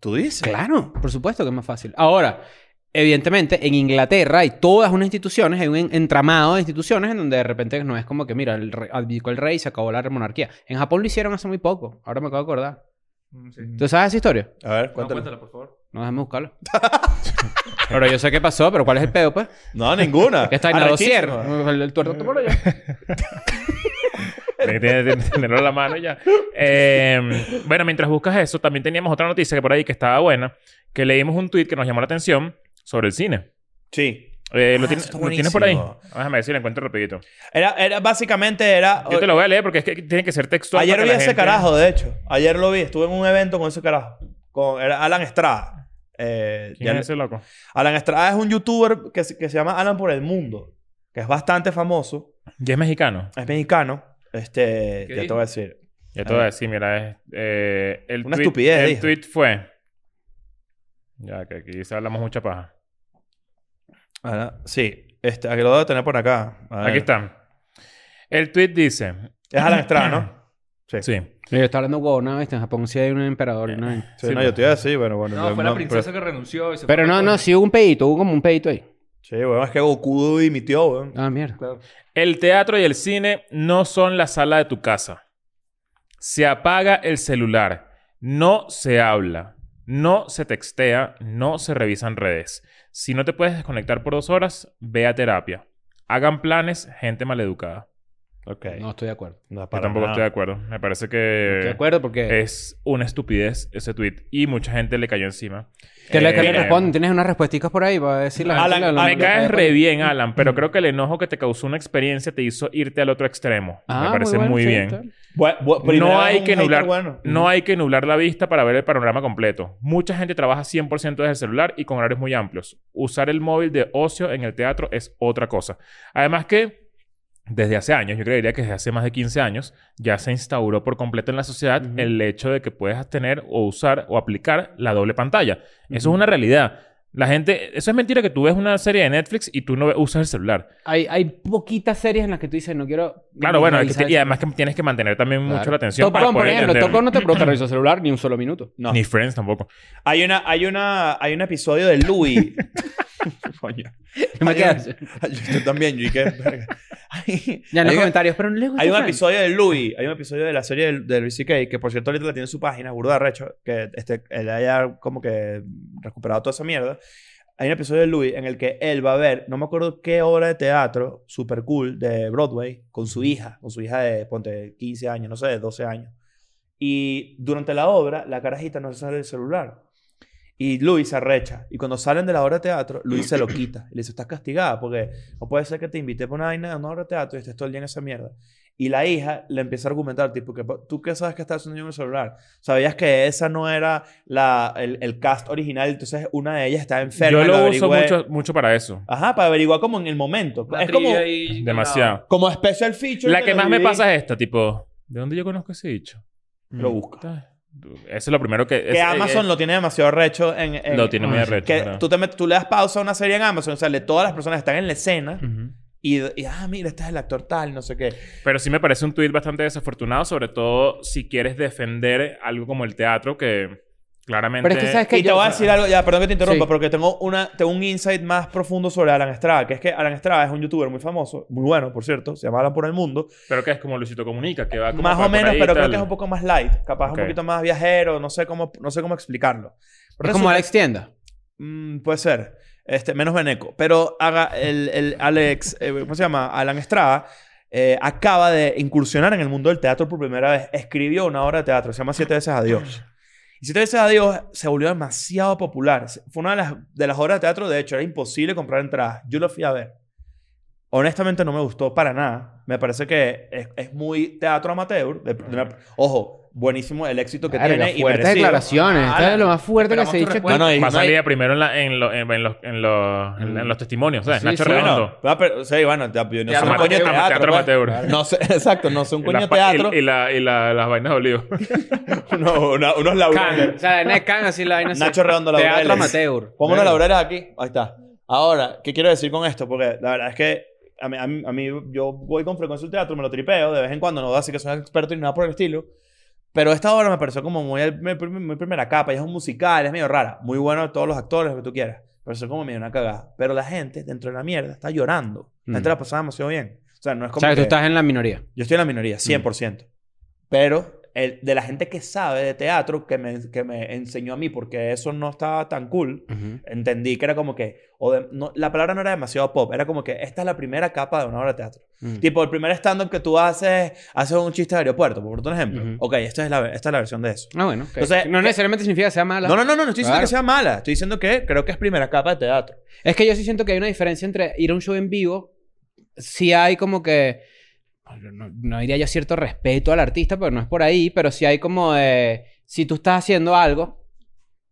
Speaker 2: ¿Tú dices?
Speaker 3: Claro, por supuesto que es más fácil. Ahora, evidentemente, en Inglaterra hay todas unas instituciones, hay un en- entramado de instituciones en donde de repente no es como que, mira, el rey, abdicó el rey y se acabó la monarquía. En Japón lo hicieron hace muy poco, ahora me acabo de acordar. ¿Tú sabes esa historia?
Speaker 2: A ver,
Speaker 4: Mm, No,
Speaker 2: cuéntalo.
Speaker 4: cuéntala, por favor.
Speaker 3: No, déjame buscarlo. pero yo sé qué pasó, pero ¿cuál es el pedo, pues?
Speaker 2: No, ninguna. Ah,
Speaker 3: Que está en la
Speaker 2: Arrechísimo.
Speaker 3: dossier. El, el tuerto por allá.
Speaker 1: Tiene que tenerlo en la mano ya. Eh, bueno, mientras buscas eso, también teníamos otra noticia que por ahí que estaba buena, que leímos un tweet que nos llamó la atención sobre el cine.
Speaker 2: Sí.
Speaker 1: Eh,
Speaker 2: Ah,
Speaker 1: lo, tiene-
Speaker 2: eso está
Speaker 1: lo tienes por ahí? Ah,
Speaker 2: buenísimo.
Speaker 1: Déjame ver si lo encuentro rapidito.
Speaker 2: Era, era básicamente era...
Speaker 1: Yo te lo voy a leer porque es que tiene que ser textual.
Speaker 2: Ayer
Speaker 1: para
Speaker 2: vi
Speaker 1: que la
Speaker 2: ese
Speaker 1: gente-
Speaker 2: carajo, de hecho. Ayer lo vi. Estuve en un evento con ese carajo. Con era Alan Estrada. Eh,
Speaker 1: ¿Quién
Speaker 2: ya-
Speaker 1: es ese loco?
Speaker 2: Alan Estrada es un youtuber que, se- que se llama Alan por el Mundo. Que es bastante famoso.
Speaker 1: ¿Y es mexicano?
Speaker 2: Es mexicano. Este...
Speaker 4: ¿Qué
Speaker 2: Ya te
Speaker 4: dijo?
Speaker 2: voy a decir.
Speaker 1: Ya te voy a decir, mira, es, eh, el
Speaker 2: Ah. Una
Speaker 1: tweet-
Speaker 2: estupidez,
Speaker 1: El
Speaker 2: dijo.
Speaker 1: tweet fue. Ya que aquí se hablamos mucha paja.
Speaker 2: Ahora, sí. Este, aquí lo voy a tener por acá. A ver.
Speaker 1: Aquí está. El tweet dice.
Speaker 2: Es Alan Estrada, ¿no?
Speaker 1: Sí.
Speaker 3: Yo estaba hablando huevona, ¿viste? En Japón sí hay un emperador. ¿no?
Speaker 2: Sí,
Speaker 1: Sí,
Speaker 2: no,
Speaker 1: pues.
Speaker 2: yo te iba a decir, bueno, bueno.
Speaker 4: No, fue la
Speaker 2: pero-
Speaker 4: princesa que renunció y se
Speaker 3: Pero
Speaker 4: fue
Speaker 3: no,
Speaker 4: con-
Speaker 3: no, sí hubo un pedito, hubo como un pedito ahí.
Speaker 2: Sí, bueno, es que Goku dimitió, weón.
Speaker 3: Ah, mierda.
Speaker 1: El teatro y el cine no son la sala de tu casa. Se apaga el celular. No se habla. No se textea. No se revisan redes. Si no te puedes desconectar por dos horas, ve a terapia. Hagan planes, gente maleducada.
Speaker 2: Ok.
Speaker 3: No estoy de acuerdo.
Speaker 2: No,
Speaker 1: Yo
Speaker 2: para
Speaker 1: tampoco
Speaker 2: nada.
Speaker 1: estoy de acuerdo. Me parece
Speaker 3: Estoy de
Speaker 1: que
Speaker 3: acuerdo porque...
Speaker 1: es una estupidez ese tweet. Y mucha gente le cayó encima.
Speaker 3: ¿Qué le,
Speaker 1: Eh,
Speaker 3: qué le
Speaker 1: mira,
Speaker 3: responden? ¿Tienes unas respuesticas por ahí para decirle a la
Speaker 2: Alan,
Speaker 3: gente lo- lo-
Speaker 1: Me
Speaker 3: lo-
Speaker 1: caes
Speaker 3: lo-
Speaker 1: re bien, Alan, pero creo que el enojo que te causó una experiencia te hizo irte al otro extremo.
Speaker 3: Ah,
Speaker 1: me parece muy,
Speaker 3: bueno, sí,
Speaker 1: bien.
Speaker 3: está.
Speaker 2: Bu- bu- primera
Speaker 1: No hay
Speaker 2: un
Speaker 1: que
Speaker 2: hater
Speaker 1: nublar,
Speaker 2: bueno.
Speaker 1: no hay que nublar la vista para ver el panorama completo. Mucha gente trabaja 100% desde el celular y con horarios muy amplios. Usar el móvil de ocio en el teatro es otra cosa. Además que desde hace años, yo creería que desde hace más de 15 años, ya se instauró por completo en la sociedad
Speaker 3: Ujú.
Speaker 1: el hecho de que puedes tener o usar o aplicar la doble pantalla. Eso es una realidad. La gente, eso es mentira que tú ves una serie de Netflix y tú no usas el celular.
Speaker 3: Hay, hay poquitas series en las que tú dices, no quiero...
Speaker 1: Claro,
Speaker 3: ni
Speaker 1: bueno, es que
Speaker 3: revisar
Speaker 1: ti- y
Speaker 3: eso.
Speaker 1: además que tienes que mantener también
Speaker 3: Claro.
Speaker 1: mucho la atención
Speaker 3: Top
Speaker 1: para
Speaker 3: Gun, por
Speaker 1: poder
Speaker 3: ejemplo.
Speaker 1: entender.
Speaker 3: Top Gun no te provoca revisar celular ni un solo minuto.
Speaker 2: No.
Speaker 1: Ni Friends tampoco.
Speaker 2: Hay una, hay una, hay un episodio de Louis. Coño.
Speaker 3: Me
Speaker 2: Hay
Speaker 3: quedas-
Speaker 2: Ay, Yo también, yo y qué verga. Ay,
Speaker 3: Ya en los
Speaker 2: hay, un-
Speaker 3: comentarios, pero no les gusta
Speaker 2: hay un
Speaker 3: Friends.
Speaker 2: episodio de Louis, hay un episodio de la serie del, del BCK, que por cierto ahorita la tiene en su página, burda recho, que este, él haya como que recuperado toda esa mierda. Hay un episodio de Louis en el que él va a ver, no me acuerdo qué obra de teatro super cool de Broadway, con su hija, con su hija de, ponte, 15 años, no sé, de 12 años. Y durante la obra, la carajita no se sale del celular. Y Luis se arrecha. Y cuando salen de la obra de teatro, Luis se lo quita. Y le dice, estás castigada porque no puede ser que te invite por una vaina a una obra de teatro y estés todo el día en esa mierda. Y la hija le empieza a argumentar, tipo, que, ¿tú qué sabes que estás haciendo yo en el celular? ¿Sabías que esa no era la, el, el cast original? Entonces una de ellas está enferma.
Speaker 1: Yo
Speaker 2: y
Speaker 1: lo uso
Speaker 2: averigüé".
Speaker 1: mucho, mucho para eso.
Speaker 2: Ajá, para averiguar como en el momento.
Speaker 4: Una
Speaker 2: es como,
Speaker 4: trivia ahí-
Speaker 1: Demasiado.
Speaker 2: como special feature.
Speaker 1: La
Speaker 2: de
Speaker 1: que
Speaker 2: los
Speaker 1: más me
Speaker 2: DVD.
Speaker 1: pasa es esta, tipo, ¿de dónde yo conozco ese dicho? Mm.
Speaker 2: Lo busca.
Speaker 1: Eso es eh, lo primero que...
Speaker 2: Mm. Que Amazon lo tiene demasiado recho en... en-
Speaker 1: Lo tiene muy
Speaker 3: Ah,
Speaker 1: arrecho,
Speaker 2: Que
Speaker 1: ¿verdad?
Speaker 2: tú, te metes- tú le das pausa a una serie en Amazon, sale todas las personas que están en la
Speaker 1: eh,
Speaker 2: escena
Speaker 3: Ujú.
Speaker 2: y, y, ah, mira, este es el actor tal, no sé qué.
Speaker 1: Pero sí me parece un tuit bastante desafortunado, sobre todo si quieres defender algo como el teatro, que claramente...
Speaker 3: Pero es que sabes que
Speaker 2: y te voy a decir algo, ya, perdón que te interrumpa,
Speaker 3: Sí.
Speaker 2: porque tengo, una, tengo un insight más profundo sobre Alan Estrada, que es que Alan Estrada es un youtuber muy famoso, muy bueno, por cierto, se llama Alan por el mundo,
Speaker 1: Pero que es como Luisito Comunica, que va Ah, como
Speaker 2: más
Speaker 1: por-
Speaker 2: o
Speaker 1: por
Speaker 2: menos,
Speaker 1: ahí y
Speaker 2: pero creo
Speaker 1: tal.
Speaker 2: que es un poco más light, capaz
Speaker 1: Ok.
Speaker 2: un poquito más viajero, no sé cómo, no sé cómo explicarlo.
Speaker 3: Es como Alex Tienda.
Speaker 2: Mm, puede ser. Este, menos Beneco. Pero haga el, el Alex, eh, ¿cómo se llama? Alan Estrada. eh, acaba de incursionar en el mundo del teatro por primera vez. Escribió una obra de teatro, se llama Siete veces Adiós. Y Siete veces Adiós se volvió demasiado popular. Se- Fue una de las, de las obras de teatro, de hecho, era imposible comprar entradas. Yo lo fui a ver. Honestamente no me gustó para nada. Me parece que es, es muy teatro amateur. de- de una- ojo, buenísimo el éxito que
Speaker 3: Claro,
Speaker 2: tiene.
Speaker 3: las
Speaker 2: y
Speaker 3: fuertes
Speaker 2: merecido.
Speaker 3: declaraciones.
Speaker 2: Ah,
Speaker 3: Esta es lo más fuerte que
Speaker 4: Esperamos
Speaker 3: se ha
Speaker 4: tu
Speaker 3: dicho aquí.
Speaker 4: respuesta.
Speaker 2: No, no, y
Speaker 1: Va a
Speaker 2: no hay- Mm.
Speaker 1: salir primero en, la- en, lo- en- en los, en, los, en- en los testimonios, ¿sabes?
Speaker 3: Sí,
Speaker 1: Nacho
Speaker 3: sí.
Speaker 1: Redondo.
Speaker 2: Bueno, va, pero, sí, bueno, te- yo no
Speaker 4: Teatro
Speaker 2: soy un
Speaker 1: Ama-
Speaker 2: coño de
Speaker 1: ama-
Speaker 2: teatro.
Speaker 1: teatro
Speaker 2: pues.
Speaker 1: amateur.
Speaker 2: No sé, exacto, no soy un
Speaker 1: Y
Speaker 2: coño de
Speaker 1: las pa-
Speaker 2: teatro.
Speaker 1: Y, y la- y la- las vainas de olivo.
Speaker 2: No, una- unos
Speaker 3: Can. O
Speaker 2: laureles.
Speaker 3: sea, la vaina es can, así la vaina es-
Speaker 2: Nacho Redondo Laureles.
Speaker 3: Teatro amateur.
Speaker 2: Pongo unos laureles aquí. Ahí está. Ahora, ¿qué quiero decir con esto? Porque la verdad es que a mí, a mí- a mí yo voy con frecuencia al teatro, me lo tripeo de vez en cuando, no voy a decir que soy experto ni nada por el estilo. Pero esta obra me pareció como muy, al- muy prim- muy primera capa, y es un musical, es medio rara. Muy bueno todos los actores, lo que tú quieras. Pero eso como medio una cagada. Pero la gente dentro de la mierda está llorando. La gente
Speaker 3: Mm.
Speaker 2: la pasaba demasiado bien. O sea, no es
Speaker 3: O
Speaker 2: como.
Speaker 3: sea, que tú
Speaker 2: que-
Speaker 3: estás en la minoría.
Speaker 2: Yo estoy en la
Speaker 3: Mm.
Speaker 2: minoría, 100%. Pero el, de la gente que sabe de teatro, que me, que me enseñó a mí, porque eso no estaba tan cool, entendí que era como que... o de- no, la palabra no era demasiado pop, era como que esta es la primera capa de una obra de teatro.
Speaker 3: Mm.
Speaker 2: Tipo, el primer stand-up que tú haces, haces un chiste de aeropuerto, por otro ejemplo.
Speaker 3: Ujú.
Speaker 2: Ok, esta es, la, esta es la versión de eso.
Speaker 3: Ah, bueno. ok.
Speaker 2: Entonces,
Speaker 3: no
Speaker 2: ¿qué-
Speaker 3: necesariamente significa que sea mala.
Speaker 2: No, no, no, no, no estoy diciendo
Speaker 3: Claro.
Speaker 2: que sea mala. Estoy diciendo que creo que es primera capa de teatro.
Speaker 3: Es que yo sí siento que hay una diferencia entre ir a un show en vivo. Si hay como que. No, no diría yo cierto respeto al artista, pero no es por ahí. Pero si hay como de. Si tú estás haciendo algo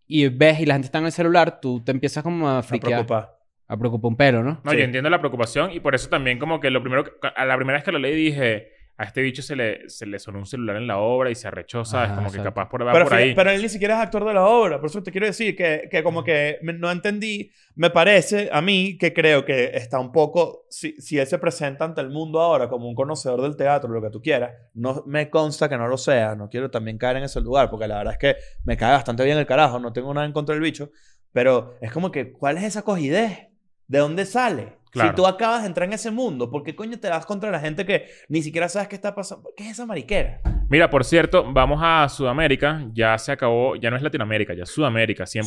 Speaker 3: y ves y la gente está en el celular, tú te empiezas como a
Speaker 2: No
Speaker 3: friquear.
Speaker 2: preocupa.
Speaker 3: A preocupar un pelo, ¿no?
Speaker 1: No,
Speaker 2: Sí.
Speaker 1: yo entiendo la preocupación y por eso también como que lo primero que, a la primera vez que lo leí dije, a este bicho se le, se le sonó un celular en la obra y se arrechó, ¿sabes?
Speaker 3: Ajá,
Speaker 1: como que
Speaker 3: exacto.
Speaker 1: capaz por, va
Speaker 2: Pero,
Speaker 1: por
Speaker 2: fíjate,
Speaker 1: ahí.
Speaker 2: pero él ni siquiera es actor de la obra. Por eso te quiero decir que, que como que me- no entendí. Me parece a mí que creo que está un poco... Si, si él se presenta ante el mundo ahora como un conocedor del teatro, lo que tú quieras, no me consta que no lo sea. No quiero también caer en ese lugar porque la verdad es que me cae bastante bien el carajo. No tengo nada en contra del bicho. Pero es como que, ¿cuál es esa cogidez? ¿De dónde sale?
Speaker 1: Claro.
Speaker 2: Si tú acabas de entrar en ese mundo, ¿por qué coño te das contra la gente que ni siquiera sabes qué está pasando? ¿Qué es esa mariquera?
Speaker 1: Mira, por cierto, vamos a Sudamérica. Ya se acabó, ya no es Latinoamérica, ya es Sudamérica, 100%.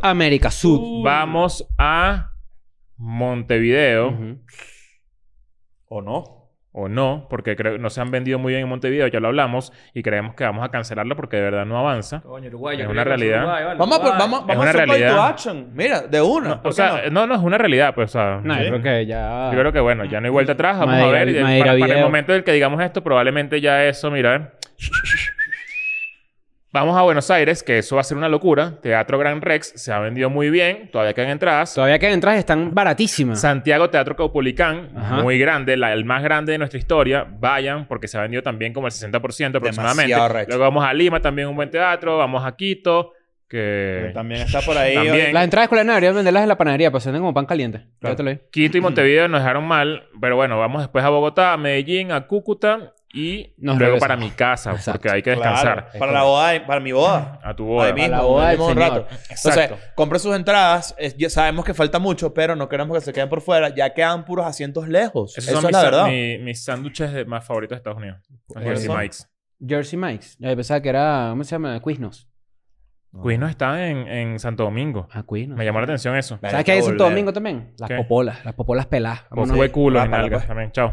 Speaker 3: Sudamérica, Sud.
Speaker 1: Vamos a Montevideo.
Speaker 3: Ujú.
Speaker 2: ¿O no?
Speaker 1: o no, porque creo no se han vendido muy bien en Montevideo, ya lo hablamos, y creemos que vamos a cancelarlo porque de verdad no avanza.
Speaker 4: Coño, Uruguayo.
Speaker 1: Es
Speaker 4: que
Speaker 1: una
Speaker 4: le ganó
Speaker 1: realidad.
Speaker 4: Uruguay, vale,
Speaker 2: Vamos a, por-
Speaker 4: Uruguay.
Speaker 2: vamos, vamos
Speaker 1: una
Speaker 2: a hacer call to
Speaker 1: realidad.
Speaker 2: action. Mira, de una.
Speaker 1: O
Speaker 2: ¿por qué
Speaker 1: sea, no? no, es una realidad, pues, o sea,
Speaker 3: No,
Speaker 1: sí.
Speaker 3: yo creo que ya...
Speaker 1: yo creo que bueno, ya no hay vuelta atrás, vamos
Speaker 3: Madera-
Speaker 1: a ver. y de-
Speaker 3: madera
Speaker 1: para, para el
Speaker 3: video.
Speaker 1: momento del que digamos esto, probablemente ya eso, mira. eh. Vamos a Buenos Aires, que eso va a ser una locura. Teatro Gran Rex se ha vendido muy bien, todavía quedan entradas.
Speaker 3: Todavía que entras están baratísimas.
Speaker 1: Santiago Teatro Caupolicán,
Speaker 3: Ajá.
Speaker 1: muy grande, la- el más grande de nuestra historia. Vayan, porque se ha vendido también como el 60% aproximadamente.
Speaker 2: Demasiado recho.
Speaker 1: Luego vamos a Lima, también un buen teatro. Vamos a Quito, que...
Speaker 2: no? También está por ahí.
Speaker 1: eh, También.
Speaker 3: Las entradas escolares no deberían venderlas en la panadería, pues se venden como pan caliente.
Speaker 1: Claro.
Speaker 3: Ya te lo digo.
Speaker 1: Quito y Montevideo nos dejaron mal, pero bueno, vamos después a Bogotá, a Medellín, a Cúcuta y
Speaker 3: Nos
Speaker 1: luego
Speaker 3: regresamos.
Speaker 1: para mi casa,
Speaker 3: Exacto.
Speaker 1: porque hay que
Speaker 2: Claro,
Speaker 1: descansar.
Speaker 2: para la boda, para mi boda.
Speaker 1: A tu boda.
Speaker 2: Ahí mismo,
Speaker 3: la boda
Speaker 2: ahí
Speaker 3: del
Speaker 2: mismo un
Speaker 3: señor.
Speaker 2: rato. Entonces, compre sus entradas. Es- ya sabemos que falta mucho, pero no queremos que se queden por fuera. Ya quedan puros asientos lejos.
Speaker 1: Esos
Speaker 2: Eso
Speaker 1: son
Speaker 2: es
Speaker 1: mis,
Speaker 2: la
Speaker 1: sa-
Speaker 2: verdad.
Speaker 1: mi- mis sándwiches de- más favoritos de Estados Unidos. Los Jersey
Speaker 2: eso.
Speaker 1: Mike's.
Speaker 3: Jersey Mike's. Yo pensaba que era... ¿Cómo se llama? Quiznos.
Speaker 1: Quiznos están en, en Santo Domingo.
Speaker 3: Ah, Quiznos.
Speaker 1: Me llamó la atención eso.
Speaker 3: ¿Sabes qué hay en Santo Domingo también? Las
Speaker 1: ¿Qué?
Speaker 3: popolas. Las popolas peladas.
Speaker 1: Vos
Speaker 3: Vámonos.
Speaker 1: culo y
Speaker 2: Rápalo,
Speaker 1: nalgas
Speaker 2: pues.
Speaker 1: también. Chao.